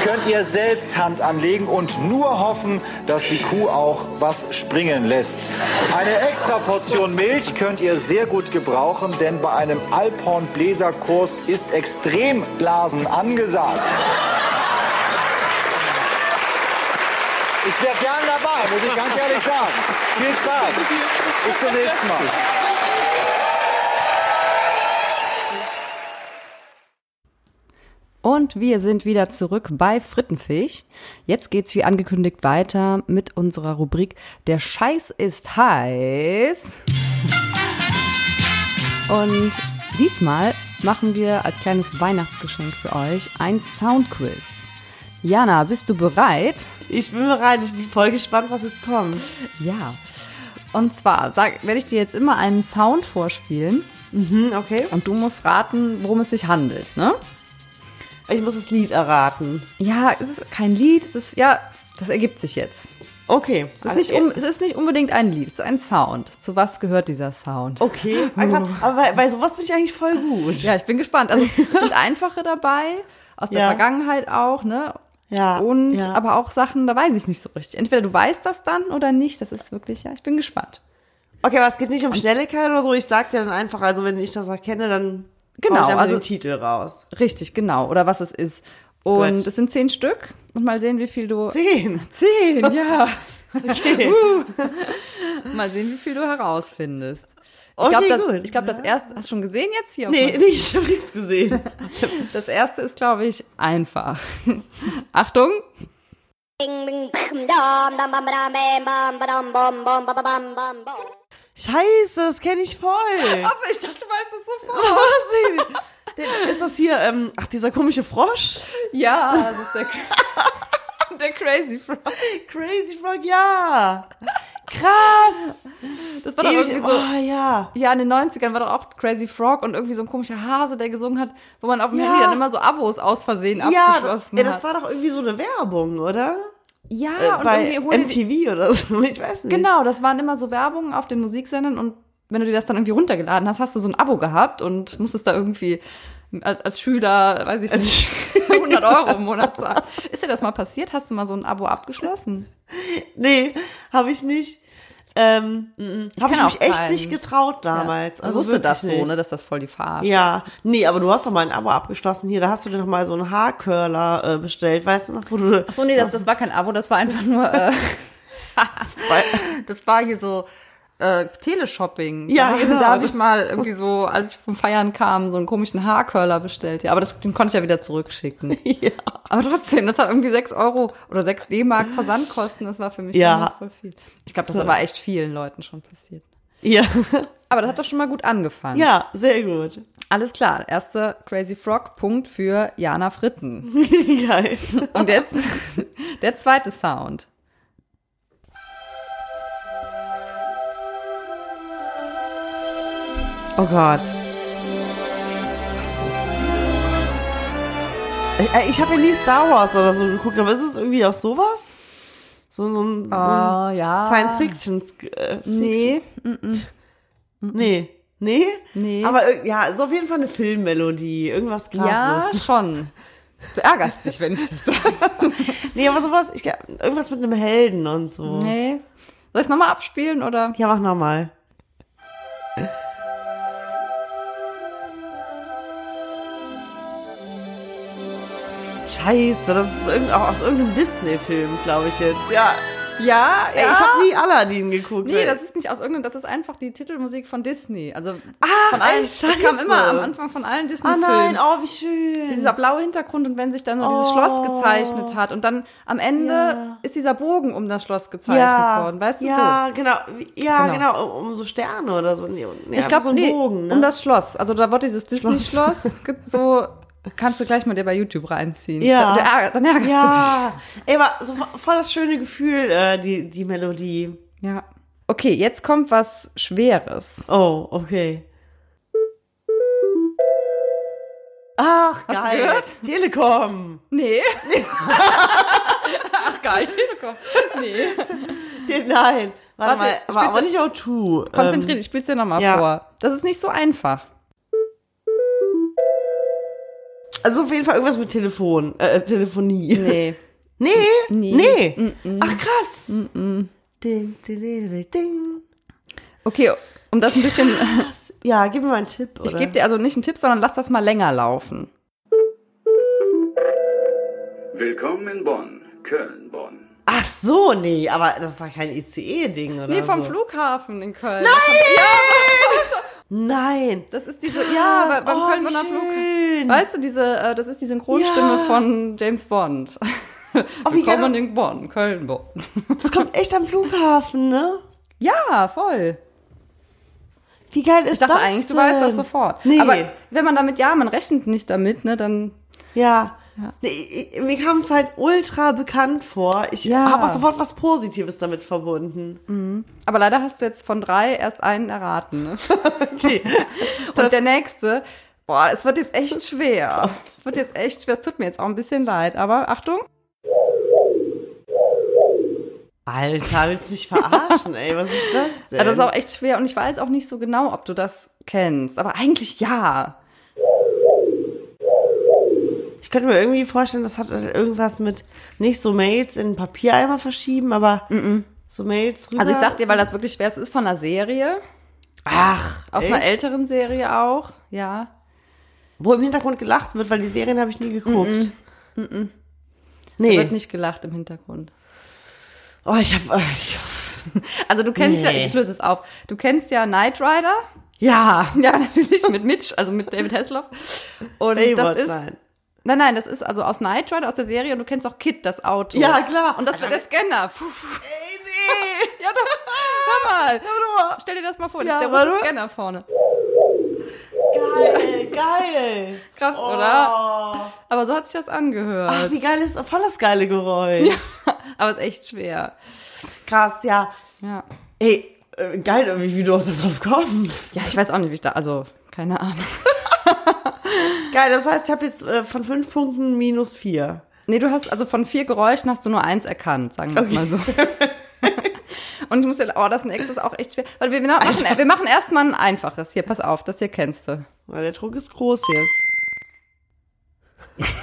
Speaker 4: könnt ihr selbst Hand anlegen und nur hoffen, dass die Kuh auch was springen lässt. Eine extra Portion Milch könnt ihr sehr gut gebrauchen, denn bei einem Alphorn-Bläserkurs ist Extremblasen angesagt. Ich wäre gern dabei, muss ich ganz ehrlich sagen. Viel Spaß. Bis zum nächsten Mal.
Speaker 3: Und wir sind wieder zurück bei Frittenfisch. Jetzt geht's wie angekündigt weiter mit unserer Rubrik Der Scheiß ist heiß. Und diesmal machen wir als kleines Weihnachtsgeschenk für euch ein Soundquiz. Jana, bist du bereit?
Speaker 1: Ich bin bereit, ich bin voll gespannt, was jetzt kommt.
Speaker 3: Ja. Und zwar sag, werde ich dir jetzt immer einen Sound vorspielen
Speaker 1: Hm, okay.
Speaker 3: und du musst raten, worum es sich handelt, ne?
Speaker 1: Ich muss das Lied erraten.
Speaker 3: Ja, es ist kein Lied, es ist, ja, das ergibt sich jetzt.
Speaker 1: Okay.
Speaker 3: Es ist, nicht um, es ist nicht unbedingt ein Lied, es ist ein Sound. Zu was gehört dieser
Speaker 1: Oh.
Speaker 3: Sound?
Speaker 1: Okay. Einfach, aber bei, bei sowas bin ich eigentlich voll gut.
Speaker 3: Ja, ich bin gespannt. Also es sind einfache dabei, aus der
Speaker 1: Ja.
Speaker 3: Vergangenheit auch, ne?
Speaker 1: Ja,
Speaker 3: Und
Speaker 1: ja.
Speaker 3: aber auch Sachen, da weiß ich nicht so richtig. Entweder du weißt das dann oder nicht. Das ist wirklich, ja, ich bin gespannt.
Speaker 1: Okay, aber es geht nicht um Schnelligkeit oder so. Ich sag dir dann einfach, also wenn ich das erkenne, dann
Speaker 3: Genau,
Speaker 1: hau ich einfach
Speaker 3: also-
Speaker 1: den Titel raus.
Speaker 3: Richtig, genau. Oder was es ist. Und
Speaker 1: Gut.
Speaker 3: es sind zehn Stück. Und mal sehen, wie viel du.
Speaker 1: Zehn.
Speaker 3: Zehn, ja.
Speaker 1: Okay.
Speaker 3: Mal sehen, wie viel du herausfindest. Ich
Speaker 1: Okay,
Speaker 3: glaube, das,
Speaker 1: gut.
Speaker 3: ich glaub, das erste. Hast du schon gesehen jetzt hier? auf
Speaker 1: nee, nee, ich habe nichts gesehen.
Speaker 3: Das erste ist, glaube ich, einfach. Achtung!
Speaker 5: Bing bing bam dam dam bam dam bam bam bam bam bam bam bam bam bam.
Speaker 1: Scheiße, das kenne ich voll.
Speaker 3: Aber ich dachte, du weißt es sofort.
Speaker 1: Was denn? Ist das hier, ähm, ach, dieser komische Frosch?
Speaker 3: Ja, das ist der, der Crazy Frog.
Speaker 1: Crazy Frog, ja. Krass.
Speaker 3: Das war doch
Speaker 1: Ewig-
Speaker 3: irgendwie so.
Speaker 1: oh, ja.
Speaker 3: Ja, in den 90ern war doch auch Crazy Frog und irgendwie so ein komischer Hase, der gesungen hat, wo man auf dem
Speaker 1: Ja.
Speaker 3: Handy dann immer so Abos aus Versehen
Speaker 1: Ja, das,
Speaker 3: abgeschlossen
Speaker 1: ja,
Speaker 3: hat.
Speaker 1: das war doch irgendwie so eine Werbung, oder?
Speaker 3: ja, und
Speaker 1: Bei
Speaker 3: irgendwie holen die-
Speaker 1: MTV oder so, ich weiß nicht.
Speaker 3: Genau, das waren immer so Werbungen auf den Musiksendern und wenn du dir das dann irgendwie runtergeladen hast, hast du so ein Abo gehabt und musstest da irgendwie als, als Schüler, weiß ich nicht, 100 Euro im Monat zahlen. Ist dir das mal passiert? Hast du mal so ein Abo abgeschlossen?
Speaker 1: Nee, habe ich nicht. Ähm, habe ich
Speaker 3: kenn
Speaker 1: mich
Speaker 3: auch
Speaker 1: echt
Speaker 3: keinen.
Speaker 1: nicht getraut damals.
Speaker 3: Also
Speaker 1: Also
Speaker 3: wusste das
Speaker 1: wirklich
Speaker 3: so, ne,
Speaker 1: nicht.
Speaker 3: dass das voll die Farbe
Speaker 1: Ja, nee, aber du hast doch mal ein Abo abgeschlossen hier. Da hast du dir doch mal so einen Haarcurler äh, bestellt, weißt du noch, wo du.
Speaker 3: Achso, Oh, nee, das, das war kein Abo, das war einfach nur, äh, das war hier so äh, Teleshopping.
Speaker 1: Ja,
Speaker 3: da,
Speaker 1: genau.
Speaker 3: da habe ich mal irgendwie so, als ich vom Feiern kam, so einen komischen Haarcurler bestellt. Ja, aber das, den konnte ich ja wieder zurückschicken.
Speaker 1: Ja.
Speaker 3: Aber trotzdem, das hat irgendwie 6 Euro oder 6 D-Mark Versandkosten. Das war für mich
Speaker 1: Ja.
Speaker 3: damals voll viel. Ich glaube, das ist aber echt vielen Leuten schon passiert.
Speaker 1: Ja.
Speaker 3: Aber das hat doch schon mal gut angefangen.
Speaker 1: ja, sehr gut.
Speaker 3: Alles klar. Erster Crazy Frog Punkt für Jana Fritten.
Speaker 1: Geil.
Speaker 3: Und jetzt der zweite Sound.
Speaker 1: Oh Gott. Ich, äh, ich habe ja nie Star Wars oder so geguckt, aber ist es irgendwie auch sowas? So, so ein, so ein
Speaker 3: Oh ja.
Speaker 1: Science Fiction. Äh, Fiction.
Speaker 3: Nee,
Speaker 1: Nee. Nee?
Speaker 3: Nee.
Speaker 1: Aber ir- ja, ist auf jeden Fall eine Filmmelodie. Irgendwas
Speaker 3: ja,
Speaker 1: krasses.
Speaker 3: schon. Du ärgerst dich, wenn ich das sage.
Speaker 1: Nee, aber sowas, ich, glaub, irgendwas mit einem Helden und so.
Speaker 3: Nee. Soll ich es nochmal abspielen oder?
Speaker 1: Ja, mach nochmal. Scheiße, das ist irgend, auch aus irgendeinem Disney-Film, glaube ich jetzt. Ja,
Speaker 3: Ja,
Speaker 1: Ey, ich habe nie Aladdin geguckt.
Speaker 3: Nee, das ist nicht aus irgendeinem, das ist einfach die Titelmusik von Disney. Also von
Speaker 1: Ah, ey,
Speaker 3: allen, das kam
Speaker 1: scheiße.
Speaker 3: immer am Anfang von allen
Speaker 1: Ah nein,
Speaker 3: Disney-Filmen.
Speaker 1: oh, wie schön.
Speaker 3: dieser blaue Hintergrund und wenn sich dann so dieses
Speaker 1: Oh.
Speaker 3: Schloss gezeichnet hat und dann am Ende
Speaker 1: Ja.
Speaker 3: ist dieser Bogen um das Schloss gezeichnet
Speaker 1: ja,
Speaker 3: worden, weißt du so?
Speaker 1: ja, Genau, Wie- ja,
Speaker 3: Genau.
Speaker 1: genau. um, um so Sterne oder so. Nee, um- nee,
Speaker 3: Ich glaube,
Speaker 1: so einen
Speaker 3: nee,
Speaker 1: Bogen. Ne?
Speaker 3: um das Schloss. Also da wurde dieses Disney-Schloss ge- so, kannst du gleich mal dir bei YouTube reinziehen.
Speaker 1: Ja.
Speaker 3: Da, da, ärg- dann ärgerst
Speaker 1: ja, ey, war so voll das schöne Gefühl, äh, die, die Melodie.
Speaker 3: du dich. Ja. Okay, jetzt kommt was Schweres.
Speaker 1: Oh, okay. Ach, geil.
Speaker 3: gehört?
Speaker 1: Telekom.
Speaker 3: Nee. Ach, geil, Telekom. Nee.
Speaker 1: Die- Nein, warte,
Speaker 3: Warte,
Speaker 1: mal,
Speaker 3: spielst
Speaker 1: aber, aber
Speaker 3: du-
Speaker 1: nicht O2.
Speaker 3: Konzentriert, ich spiel's dir nochmal
Speaker 1: Ähm, ja.
Speaker 3: vor. Das ist nicht so einfach.
Speaker 1: Ähm, also auf jeden Fall irgendwas mit Telefon, äh, Telefonie.
Speaker 3: Nee.
Speaker 1: Nee?
Speaker 3: Nee.
Speaker 1: Ach, krass. Ding, ding, ding, ding, ding.
Speaker 3: Okay, um das ein bisschen.
Speaker 1: Ja, gib mir mal einen Tipp, oder?
Speaker 3: Ich gebe dir also nicht einen Tipp, sondern lass das mal länger laufen.
Speaker 6: Willkommen in Bonn, Köln, Bonn.
Speaker 1: Ach so, nee, aber das ist doch kein ICE-Ding, oder
Speaker 3: Nee, vom
Speaker 1: so.
Speaker 3: Flughafen in Köln.
Speaker 1: Nein.
Speaker 3: Das ist diese, ja,
Speaker 1: Krass.
Speaker 3: bei- beim
Speaker 1: Oh, wie
Speaker 3: Kölner Flughafen.
Speaker 1: schön.
Speaker 3: Weißt du, diese, äh, das ist die Synchronstimme
Speaker 1: Ja. Oh,
Speaker 3: von James Bond.
Speaker 1: wie geil.
Speaker 3: Willkommen in Bonn, Köln, Bonn.
Speaker 1: Das kommt echt am Flughafen, ne?
Speaker 3: Ja, voll.
Speaker 1: Wie geil ist
Speaker 3: Ich dachte
Speaker 1: das
Speaker 3: eigentlich, du
Speaker 1: denn?
Speaker 3: weißt das sofort.
Speaker 1: Nee.
Speaker 3: Aber wenn man damit, ja, man rechnet nicht damit, ne, dann
Speaker 1: Ja. Nee, ich- Mir kam es halt ultra bekannt vor. Ich
Speaker 3: Ja.
Speaker 1: habe auch sofort was Positives damit verbunden.
Speaker 3: Aber leider hast du jetzt von drei erst einen erraten. Ne?
Speaker 1: Okay.
Speaker 3: Und der nächste, boah, es wird jetzt echt schwer. Es wird jetzt echt schwer. Es tut mir jetzt auch ein bisschen leid, aber Achtung.
Speaker 1: Alter, willst du mich verarschen, ey? Was ist das denn?
Speaker 3: Äh, Ah, Das ist auch echt schwer und ich weiß auch nicht so genau, ob du das kennst. Aber eigentlich ja.
Speaker 1: ich könnte mir irgendwie vorstellen, das hat irgendwas mit nicht so Mails in den Papiereimer verschieben, aber so Mails rüber.
Speaker 3: Also ich sag dir, weil das wirklich schwer ist, Es ist von einer Serie.
Speaker 1: Ach,
Speaker 3: Aus einer
Speaker 1: echt?
Speaker 3: älteren Serie auch. Ja.
Speaker 1: Wo im Hintergrund gelacht wird, weil die Serien habe ich nie geguckt. Nee.
Speaker 3: Wird nicht gelacht im Hintergrund.
Speaker 1: Oh, ich habe. Ich,
Speaker 3: Also du kennst ja,
Speaker 1: Nee. Ah.
Speaker 3: ich löse es auf. Du kennst ja Knight Rider.
Speaker 1: ja.
Speaker 3: Ja, natürlich mit Mitch, also mit David Hasselhoff. Und das
Speaker 1: Baywatch,
Speaker 3: ist
Speaker 1: nein.
Speaker 3: Nein, nein, das ist also aus Night Rider, aus der Serie und du kennst auch Kid, das Auto.
Speaker 1: Ja, klar. Also
Speaker 3: Und das war der Scanner. Puh, puh. Ey, nee. Ja, doch. Hör mal. Stell dir das mal vor, das
Speaker 1: Ja,
Speaker 3: ist der rote
Speaker 1: warte.
Speaker 3: Scanner vorne.
Speaker 1: Geil, geil.
Speaker 3: Krass,
Speaker 1: Oh.
Speaker 3: oder? Äh, Aber so hat sich das angehört.
Speaker 1: Ach, wie geil ist voll das geile Geräusch.
Speaker 3: Ah. Aber ist echt schwer.
Speaker 1: Krass, ja.
Speaker 3: Ja.
Speaker 1: Ey, äh, geil, wie, wie du auch darauf kommst.
Speaker 3: Ja, ich weiß auch nicht, wie ich da, also, keine Ahnung.
Speaker 1: Geil, das heißt, ich habe jetzt äh, von fünf Punkten minus vier.
Speaker 3: Nee, du hast, also von vier Geräuschen hast du nur eins erkannt, sagen wir es mal so. Und ich muss ja, oh, das nächste ist auch echt schwer. Weil wir, wir machen, wir machen erstmal ein einfaches. Hier, pass auf, das hier kennst du.
Speaker 1: Weil der Druck ist groß jetzt.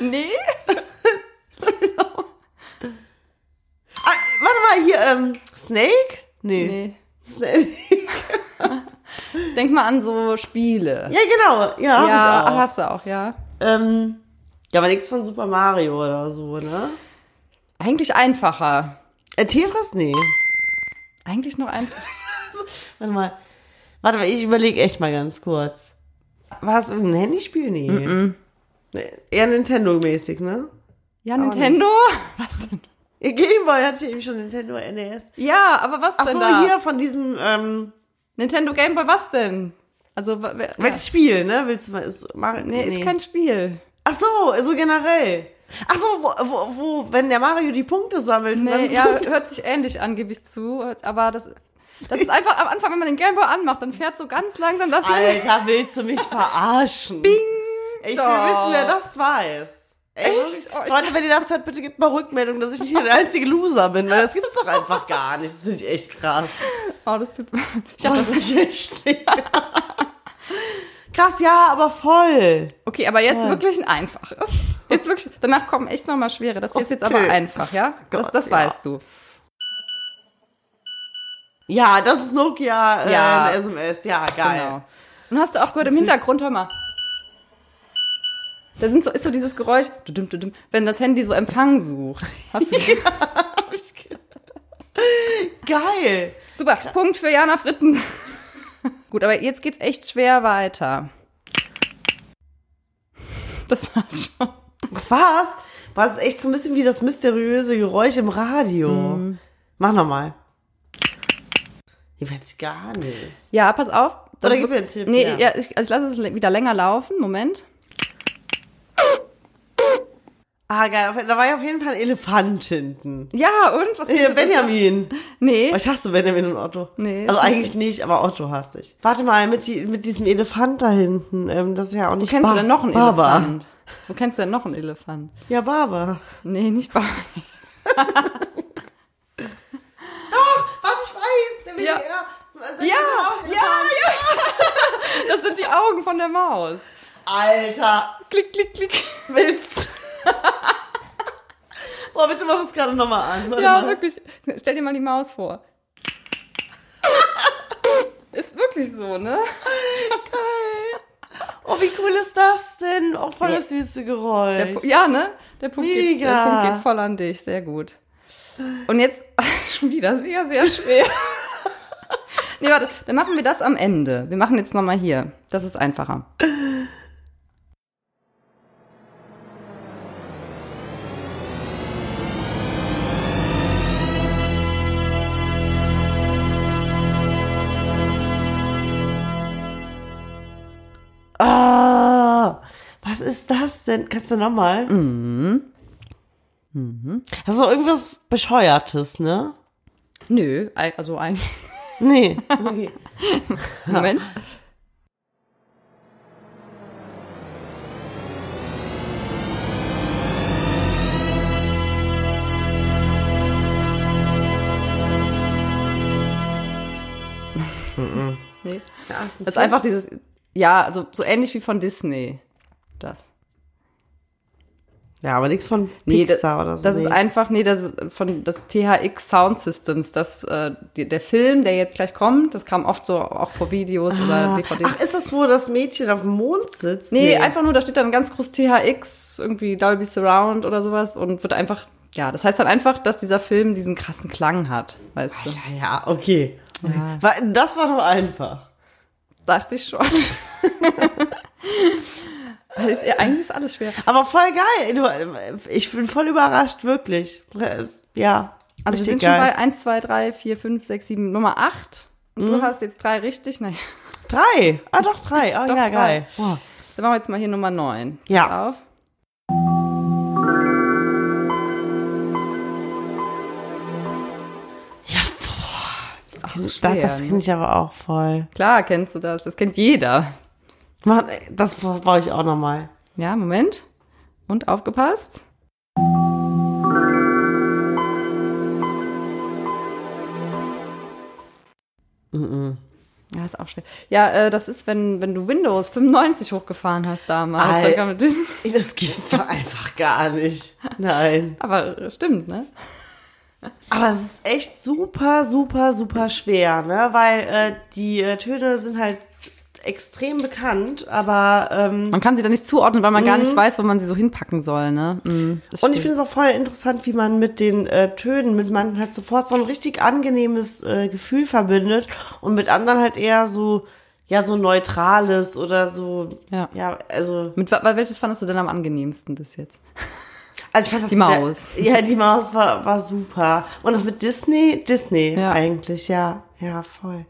Speaker 3: Nee?
Speaker 1: Ah, warte mal, hier, ähm, Snake? Nee.
Speaker 3: Nee.
Speaker 1: Snake.
Speaker 3: Denk mal an so Spiele.
Speaker 1: ja, genau. Ja,
Speaker 3: Ja,
Speaker 1: hab ich
Speaker 3: ach,
Speaker 1: auch.
Speaker 3: hast du auch, ja.
Speaker 1: Ähm, ja, aber nichts von Super Mario oder so, ne?
Speaker 3: Eigentlich einfacher.
Speaker 1: Äh, Tetris? Nee.
Speaker 3: Eigentlich noch einfacher.
Speaker 1: Warte mal. Warte mal, ich überlege echt mal ganz kurz. War es irgendein Handyspiel? Nee. Nee, Eher Nintendo-mäßig, ne?
Speaker 3: Ja, Nintendo? Was denn?
Speaker 1: Ihr Gameboy hatte eben schon Nintendo NES.
Speaker 3: Ja, aber was
Speaker 1: Ach
Speaker 3: denn
Speaker 1: so,
Speaker 3: da?
Speaker 1: hier von diesem, ähm,
Speaker 3: Nintendo Game Boy, was denn? Also, wa- wer- ja.
Speaker 1: welches Spiel, ne? Willst du mal, ist, Mario,
Speaker 3: nee, ist kein Spiel.
Speaker 1: Ach so, so generell. Ach so, wo, wo, wo wenn der Mario die Punkte sammelt. und
Speaker 3: Nee,
Speaker 1: dann-
Speaker 3: Ne, ja, hört sich ähnlich an, gebe ich zu. Aber das, das ist einfach am Anfang, wenn man den Gameboy anmacht, dann fährt so ganz langsam das.
Speaker 1: Alter, willst du mich verarschen? Bing! Ich will wissen, wer das weiß. Echt? Leute, wenn ihr das hört, bitte gebt mal Rückmeldung, dass ich nicht der einzige Loser bin, weil das gibt es doch einfach gar nicht. Das finde ich echt krass.
Speaker 3: Oh, das tut, ich dachte,
Speaker 1: Das ist echt krass, ja, aber voll.
Speaker 3: okay, aber jetzt wirklich ein einfaches. Jetzt wirklich, danach kommen echt nochmal schwere. Das hier ist jetzt
Speaker 1: Okay.
Speaker 3: aber einfach, ja? Das, das
Speaker 1: Gott, ja.
Speaker 3: weißt du.
Speaker 1: Ja, das ist Nokia äh,
Speaker 3: Ja.
Speaker 1: ein SMS. Ja, geil.
Speaker 3: Genau. Und hast du auch gehört im Hintergrund, hör mal. Da sind so, ist so dieses Geräusch, dudum, dudum, wenn das Handy so Empfang sucht. Hast du,
Speaker 1: Genau. Geil.
Speaker 3: super, Punkt für Jana Fritten. Gut, aber jetzt geht's echt schwer weiter. Das war's schon.
Speaker 1: Das war's. War es echt so ein bisschen wie das mysteriöse Geräusch im Radio. Mach nochmal. Ich weiß gar nicht.
Speaker 3: Ja, pass auf.
Speaker 1: Oder
Speaker 3: Also,
Speaker 1: gib mir einen Tipp,
Speaker 3: Nee,
Speaker 1: ja.
Speaker 3: ja. ich, also ich lasse es le- wieder länger laufen. Moment.
Speaker 1: Ah, geil. Auf- Da war ja auf jeden Fall ein Elefant hinten.
Speaker 3: Ja, und? Was
Speaker 1: Äh, Benjamin.
Speaker 3: Nee.
Speaker 1: Oh, ich hasse Benjamin und Otto.
Speaker 3: Nee,
Speaker 1: Also
Speaker 3: ist
Speaker 1: eigentlich nicht, aber Otto hasse ich. Warte mal, mit, die, mit diesem Elefant da hinten, ähm, das ist ja auch
Speaker 3: Wo
Speaker 1: nicht
Speaker 3: kennst
Speaker 1: Ba-
Speaker 3: du denn noch einen
Speaker 1: Baba.
Speaker 3: Elefant? Wo kennst du denn noch einen Elefant?
Speaker 1: Ja, Baba.
Speaker 3: Nee, nicht Baba.
Speaker 1: Was ich weiß, der
Speaker 3: Ja.
Speaker 1: WDR.
Speaker 3: Ja, ja, ja. Das sind die Augen von der Maus.
Speaker 1: Alter,
Speaker 3: Klick, klick, klick.
Speaker 1: Witz. Boah, bitte mach das gerade nochmal an. Warte
Speaker 3: Ja,
Speaker 1: mal.
Speaker 3: wirklich. Stell dir mal die Maus vor. Ist wirklich so, ne?
Speaker 1: Oh, wie cool ist das denn? Auch voll das süße
Speaker 3: Der
Speaker 1: Geräusch.
Speaker 3: Pu- ja, ne? Der Punkt, geht, der
Speaker 1: Mega.
Speaker 3: Punkt geht voll an dich. Sehr gut. Und jetzt schon wieder sehr, sehr schwer. Nee, warte, dann machen wir das am Ende. Wir machen jetzt nochmal hier. Das ist einfacher.
Speaker 1: Ah, was ist das denn? Kannst du nochmal? Mhm. Mhm. Das ist doch irgendwas Bescheuertes, ne?
Speaker 3: Nö, ei- also eigentlich.
Speaker 1: Nee. Okay.
Speaker 3: Moment.
Speaker 1: Mhm.
Speaker 3: nee. Das ist einfach dieses, ja, also so ähnlich wie von Disney. Das.
Speaker 1: ja, aber nichts von
Speaker 3: Nee, da-
Speaker 1: Pixar oder so.
Speaker 3: Das ist
Speaker 1: nee.
Speaker 3: einfach, nee, das ist von das THX Sound Systems, das äh, die, der Film, der jetzt gleich kommt, das kam oft so auch vor Videos oder DVDs.
Speaker 1: Ah, Ach, ist das, wo das Mädchen auf dem Mond sitzt?
Speaker 3: Nee, einfach nur, da steht dann ganz groß THX, irgendwie Dolby Surround oder sowas und wird einfach, ja, das heißt dann einfach, dass dieser Film diesen krassen Klang hat, weißt du.
Speaker 1: Ja, ja, okay. War- Das war doch einfach.
Speaker 3: Dachte ich schon. Weil es- ja, eigentlich ist alles schwer. Also
Speaker 1: Aber voll geil. Du, ich bin voll überrascht, wirklich. Ja.
Speaker 3: Also wir
Speaker 1: richtig
Speaker 3: sind schon bei 1, 2, 3, 4, 5, 6, 7, Nummer 8. Und
Speaker 1: Mhm.
Speaker 3: du hast jetzt drei richtig, naja.
Speaker 1: Drei. Ah, doch, drei. Oh,
Speaker 3: Doch,
Speaker 1: ja,
Speaker 3: drei.
Speaker 1: geil. Boah.
Speaker 3: Dann machen wir jetzt mal hier Nummer 9.
Speaker 1: Ja.
Speaker 3: Auf.
Speaker 1: Ja, boah. Das, kenn,
Speaker 3: schwer,
Speaker 1: das, das
Speaker 3: ne?
Speaker 1: kenn ich aber auch voll.
Speaker 3: Klar kennst du das, das kennt jeder.
Speaker 1: Mann, ey, das brauche ich auch nochmal.
Speaker 3: Ja, Moment. Und aufgepasst. Ja, ist auch schwer. Ja, äh, das ist, wenn, wenn du Windows 95 hochgefahren hast damals.
Speaker 1: Ei.
Speaker 3: Dann kann man-
Speaker 1: Das gibt's doch einfach gar nicht. Nein.
Speaker 3: Aber stimmt, ne?
Speaker 1: Aber es ist echt super, super, super schwer, ne? Weil äh, die äh, Töne sind halt extrem bekannt, aber ähm,
Speaker 3: Man kann sie da nicht zuordnen, weil man gar nicht weiß, wo man sie so hinpacken soll, ne? Mhm, das
Speaker 1: Mm. Und ich
Speaker 3: stimmt.
Speaker 1: finde es auch voll interessant, wie man mit den äh, Tönen, mit manchen halt sofort so ein richtig angenehmes äh, Gefühl verbindet und mit anderen halt eher so, ja, so neutrales oder so,
Speaker 3: Ja.
Speaker 1: ja also,
Speaker 3: Mit wa- welches fandest du denn am angenehmsten bis jetzt?
Speaker 1: Also ich fand das
Speaker 3: Die
Speaker 1: mit
Speaker 3: Maus.
Speaker 1: Der, ja, die Maus war, war super. Und das mit Disney? Disney
Speaker 3: Ja.
Speaker 1: eigentlich, ja. Ja, voll.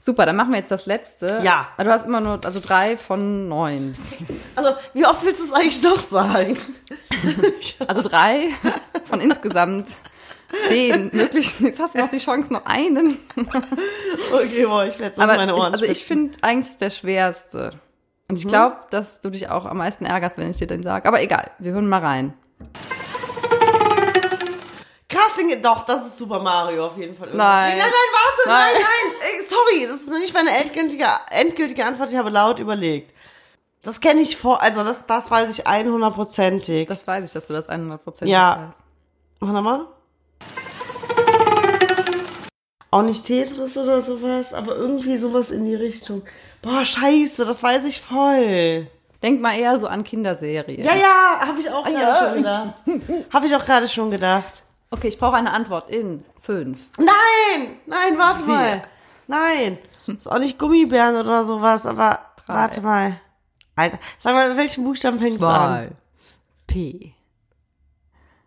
Speaker 3: Super, dann machen wir jetzt das letzte.
Speaker 1: Ja.
Speaker 3: Du hast immer nur, also drei von neun.
Speaker 1: Also, wie oft willst du es eigentlich noch sagen?
Speaker 3: Also drei von insgesamt zehn möglichen. Jetzt hast du noch die Chance, noch einen.
Speaker 1: Okay, boah, ich werde jetzt auf
Speaker 3: Aber
Speaker 1: meine Ohren
Speaker 3: ich, also ich
Speaker 1: spitzen. Mhm.
Speaker 3: finde eigentlich ist der schwerste. Und ich glaube, dass du dich auch am meisten ärgerst, wenn ich dir den sage. Aber egal, wir hören mal rein.
Speaker 1: Casting, doch, das ist Super Mario auf jeden Fall. Nein,
Speaker 3: Nein.
Speaker 1: nein, warte, nein,
Speaker 3: Nein.
Speaker 1: nein. Ey, sorry, das ist noch nicht meine endgültige, endgültige Antwort. Ich habe laut überlegt. Das kenne ich vor, also das, das weiß ich 100%ig.
Speaker 3: Das weiß ich, dass du das 100%
Speaker 1: Ja.
Speaker 3: weißt.
Speaker 1: Mach nochmal. Auch nicht Tetris oder sowas, aber irgendwie sowas in die Richtung. Boah, scheiße, das weiß ich voll.
Speaker 3: Denk mal eher so an Kinderserien.
Speaker 1: Ja, Ah, ja, habe ich auch gerade
Speaker 3: ja.
Speaker 1: schon gedacht. Habe ich auch gerade schon gedacht.
Speaker 3: Okay, ich brauche eine Antwort in fünf.
Speaker 1: Nein, nein, warte mal. Nein, ist auch nicht Gummibären oder sowas, aber warte mal. Alter, sag mal, mit welchem Buchstaben fängt es an?
Speaker 3: P.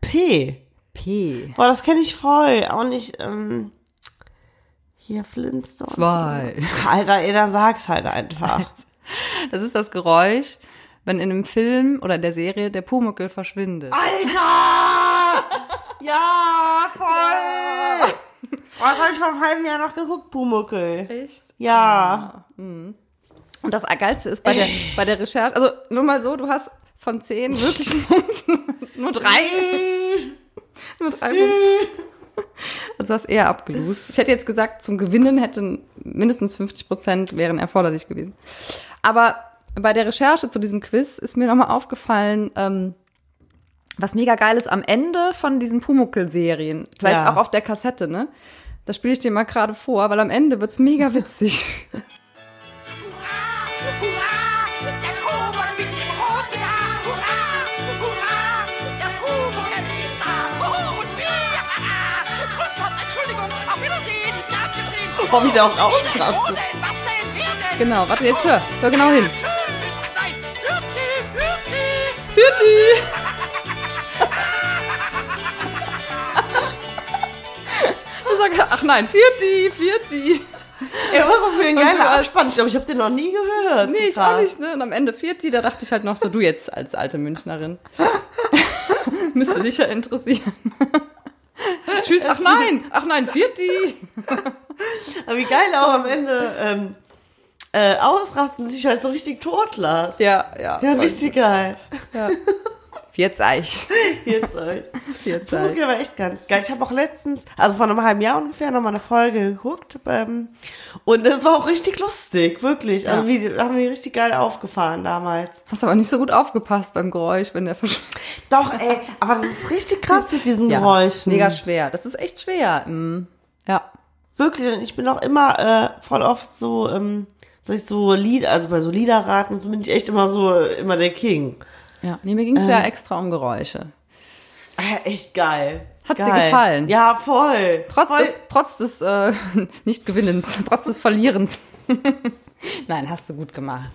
Speaker 1: P.
Speaker 3: P.
Speaker 1: Boah, das kenne ich voll. Auch nicht, ähm, hier Flintstones.
Speaker 3: Zwei.
Speaker 1: Alter, ey, dann sag's halt einfach.
Speaker 3: Das ist das Geräusch, wenn in einem Film oder in der Serie der Pumuckel verschwindet.
Speaker 1: Alter! Ja, voll! Was habe ich vor einem halben Jahr noch geguckt, Pumuckel?
Speaker 3: Echt?
Speaker 1: Ja.
Speaker 3: Und das Geilste ist bei der, bei der Recherche, also nur mal so, du hast von zehn möglichen Punkten nur
Speaker 1: Hm.
Speaker 3: drei. nur drei Punkte. Also hast eher abgelost. Ich hätte jetzt gesagt, zum Gewinnen hätten mindestens 50 Prozent wären erforderlich gewesen. Aber bei der Recherche zu diesem Quiz ist mir nochmal aufgefallen, ähm, was mega geil ist am Ende von diesen Pumuckel-Serien, vielleicht
Speaker 1: Ja.
Speaker 3: auch auf der Kassette, ne? Das spiele ich dir mal gerade vor, weil am Ende wird's mega witzig.
Speaker 7: Hurra, hurra, der Kobold mit dem roten Haar. Hurra, hurra, der Kobold ist da. Oh, und wir. Grüß Gott, Entschuldigung, auf Wiedersehen, ist gern geschehen.
Speaker 1: Oh, wie der auch
Speaker 7: Wie denn, wo
Speaker 1: ausrastet.
Speaker 7: denn, was denn, wer denn?
Speaker 3: Genau, warte,
Speaker 7: Ach so.
Speaker 3: jetzt hör. Hör genau
Speaker 7: Ja,
Speaker 3: hin.
Speaker 7: Tschüss, ach nein, Fürti, Fürti.
Speaker 3: Pitti! Du sagst, ach nein, Vierti, Vierti.
Speaker 1: Ey, was auch für ein
Speaker 3: du
Speaker 1: geiler
Speaker 3: hast-
Speaker 1: Abspann. Ich glaube, ich habe den noch nie gehört.
Speaker 3: Nee, ich
Speaker 1: Krass.
Speaker 3: auch nicht, ne? Und am Ende Vierti, da dachte ich halt noch so, du jetzt als alte Münchnerin. Müsste dich ja interessieren. Tschüss, ach nein, ach nein, Vierti.
Speaker 1: Aber wie geil auch am Ende ähm, äh, ausrasten, sich halt so richtig totlacht.
Speaker 3: Ja, ja.
Speaker 1: Ja, richtig geil.
Speaker 3: Vierzeich.
Speaker 1: Jetzt euch.
Speaker 3: Vierzeich.
Speaker 1: Pumuckl war echt ganz geil. Ich habe auch letztens, also vor einem halben Jahr ungefähr, nochmal eine Folge geguckt. Ähm, und es war auch richtig lustig, wirklich. Also
Speaker 3: Ja.
Speaker 1: wie, die- haben die richtig geil aufgefahren damals.
Speaker 3: Hast aber nicht so gut aufgepasst beim Geräusch, wenn der verschwindet.
Speaker 1: Doch, ey, aber das ist richtig krass mit diesen Geräuschen.
Speaker 3: Mega schwer. Das ist echt schwer. Mm. Ja.
Speaker 1: Wirklich, und ich bin auch immer äh, voll oft so, ähm, dass ich so Lied, also bei so Liederraten, und so bin ich echt immer so, äh, immer der King.
Speaker 3: Ja, nee, mir ging es ja extra um Geräusche.
Speaker 1: Äh, echt geil.
Speaker 3: Hat dir
Speaker 1: geil.
Speaker 3: gefallen?
Speaker 1: Ja, voll.
Speaker 3: Trotz
Speaker 1: voll.
Speaker 3: des, trotz des äh, Nicht-Gewinnens, trotz des Verlierens. Nein, hast du gut gemacht.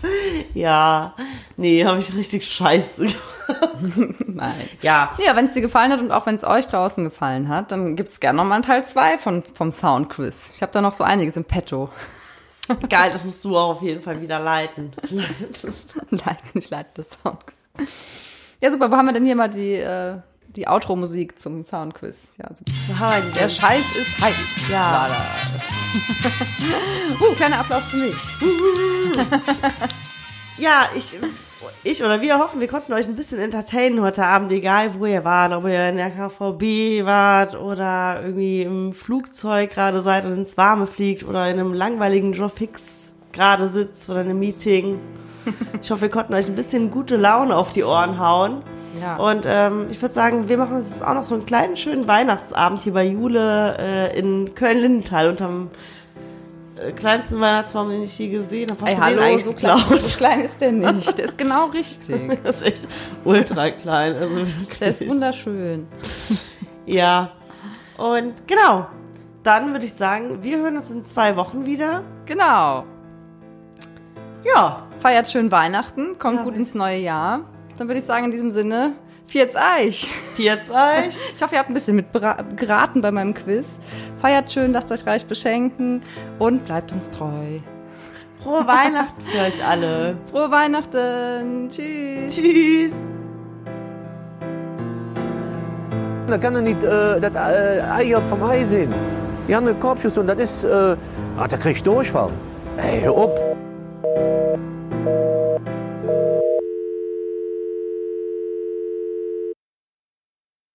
Speaker 1: Ja, nee, habe ich richtig scheiße gemacht.
Speaker 3: Nein.
Speaker 1: Ja.
Speaker 3: Ja, wenn es dir gefallen hat und auch wenn es euch draußen gefallen hat, dann gibt's gerne nochmal einen Teil 2 von, vom Soundquiz. Ich habe da noch so einiges im Petto.
Speaker 1: Geil, das musst du auch auf jeden Fall wieder leiten.
Speaker 3: Leid, nicht leid, das Soundquiz. Ja, super. Wo haben wir denn hier mal die, äh, die Outro-Musik zum Soundquiz? Ja, super. Der Scheiß ist heiß. Ja. uh, kleiner Applaus für mich.
Speaker 1: Ja, ich, ich oder wir hoffen, wir konnten euch ein bisschen entertainen heute Abend, egal wo ihr wart, ob ihr in der KVB wart oder irgendwie im Flugzeug gerade seid und ins Warme fliegt oder in einem langweiligen Job fix gerade sitzt oder in einem Meeting. Ich hoffe, wir konnten euch ein bisschen gute Laune auf die Ohren hauen.
Speaker 3: Ja.
Speaker 1: Und ähm, ich würde sagen, wir machen uns jetzt auch noch so einen kleinen schönen Weihnachtsabend hier bei Jule äh, in Köln-Lindenthal unterm äh, kleinsten Weihnachtsbaum, den ich je gesehen habe. Hast
Speaker 3: Ey,
Speaker 1: du den
Speaker 3: hallo,
Speaker 1: eigentlich
Speaker 3: so klein,
Speaker 1: geklaut?
Speaker 3: so klein ist der nicht. Der ist genau richtig.
Speaker 1: Das ist echt ultra klein. Also wirklich.
Speaker 3: Der ist wunderschön.
Speaker 1: Ja. Und genau. Dann würde ich sagen, wir hören uns in zwei Wochen wieder.
Speaker 3: Genau.
Speaker 1: Ja.
Speaker 3: Feiert schön Weihnachten, kommt
Speaker 1: Ja,
Speaker 3: gut
Speaker 1: bitte.
Speaker 3: ins neue Jahr. Dann würde ich sagen, in diesem Sinne, Vierz Eich.
Speaker 1: Viert's euch.
Speaker 3: Ich hoffe, ihr habt ein bisschen mit bera- geraten bei meinem Quiz. Feiert schön, lasst euch reich beschenken und bleibt uns treu.
Speaker 1: Frohe Weihnachten für euch alle.
Speaker 3: Frohe Weihnachten. Tschüss.
Speaker 1: Tschüss.
Speaker 2: Da kann er nicht äh, das äh, Eier vom Ei sehen. Die haben einen Korbschuss und das ist. Äh, ah, da krieg ich Durchfall. Ey, hör auf.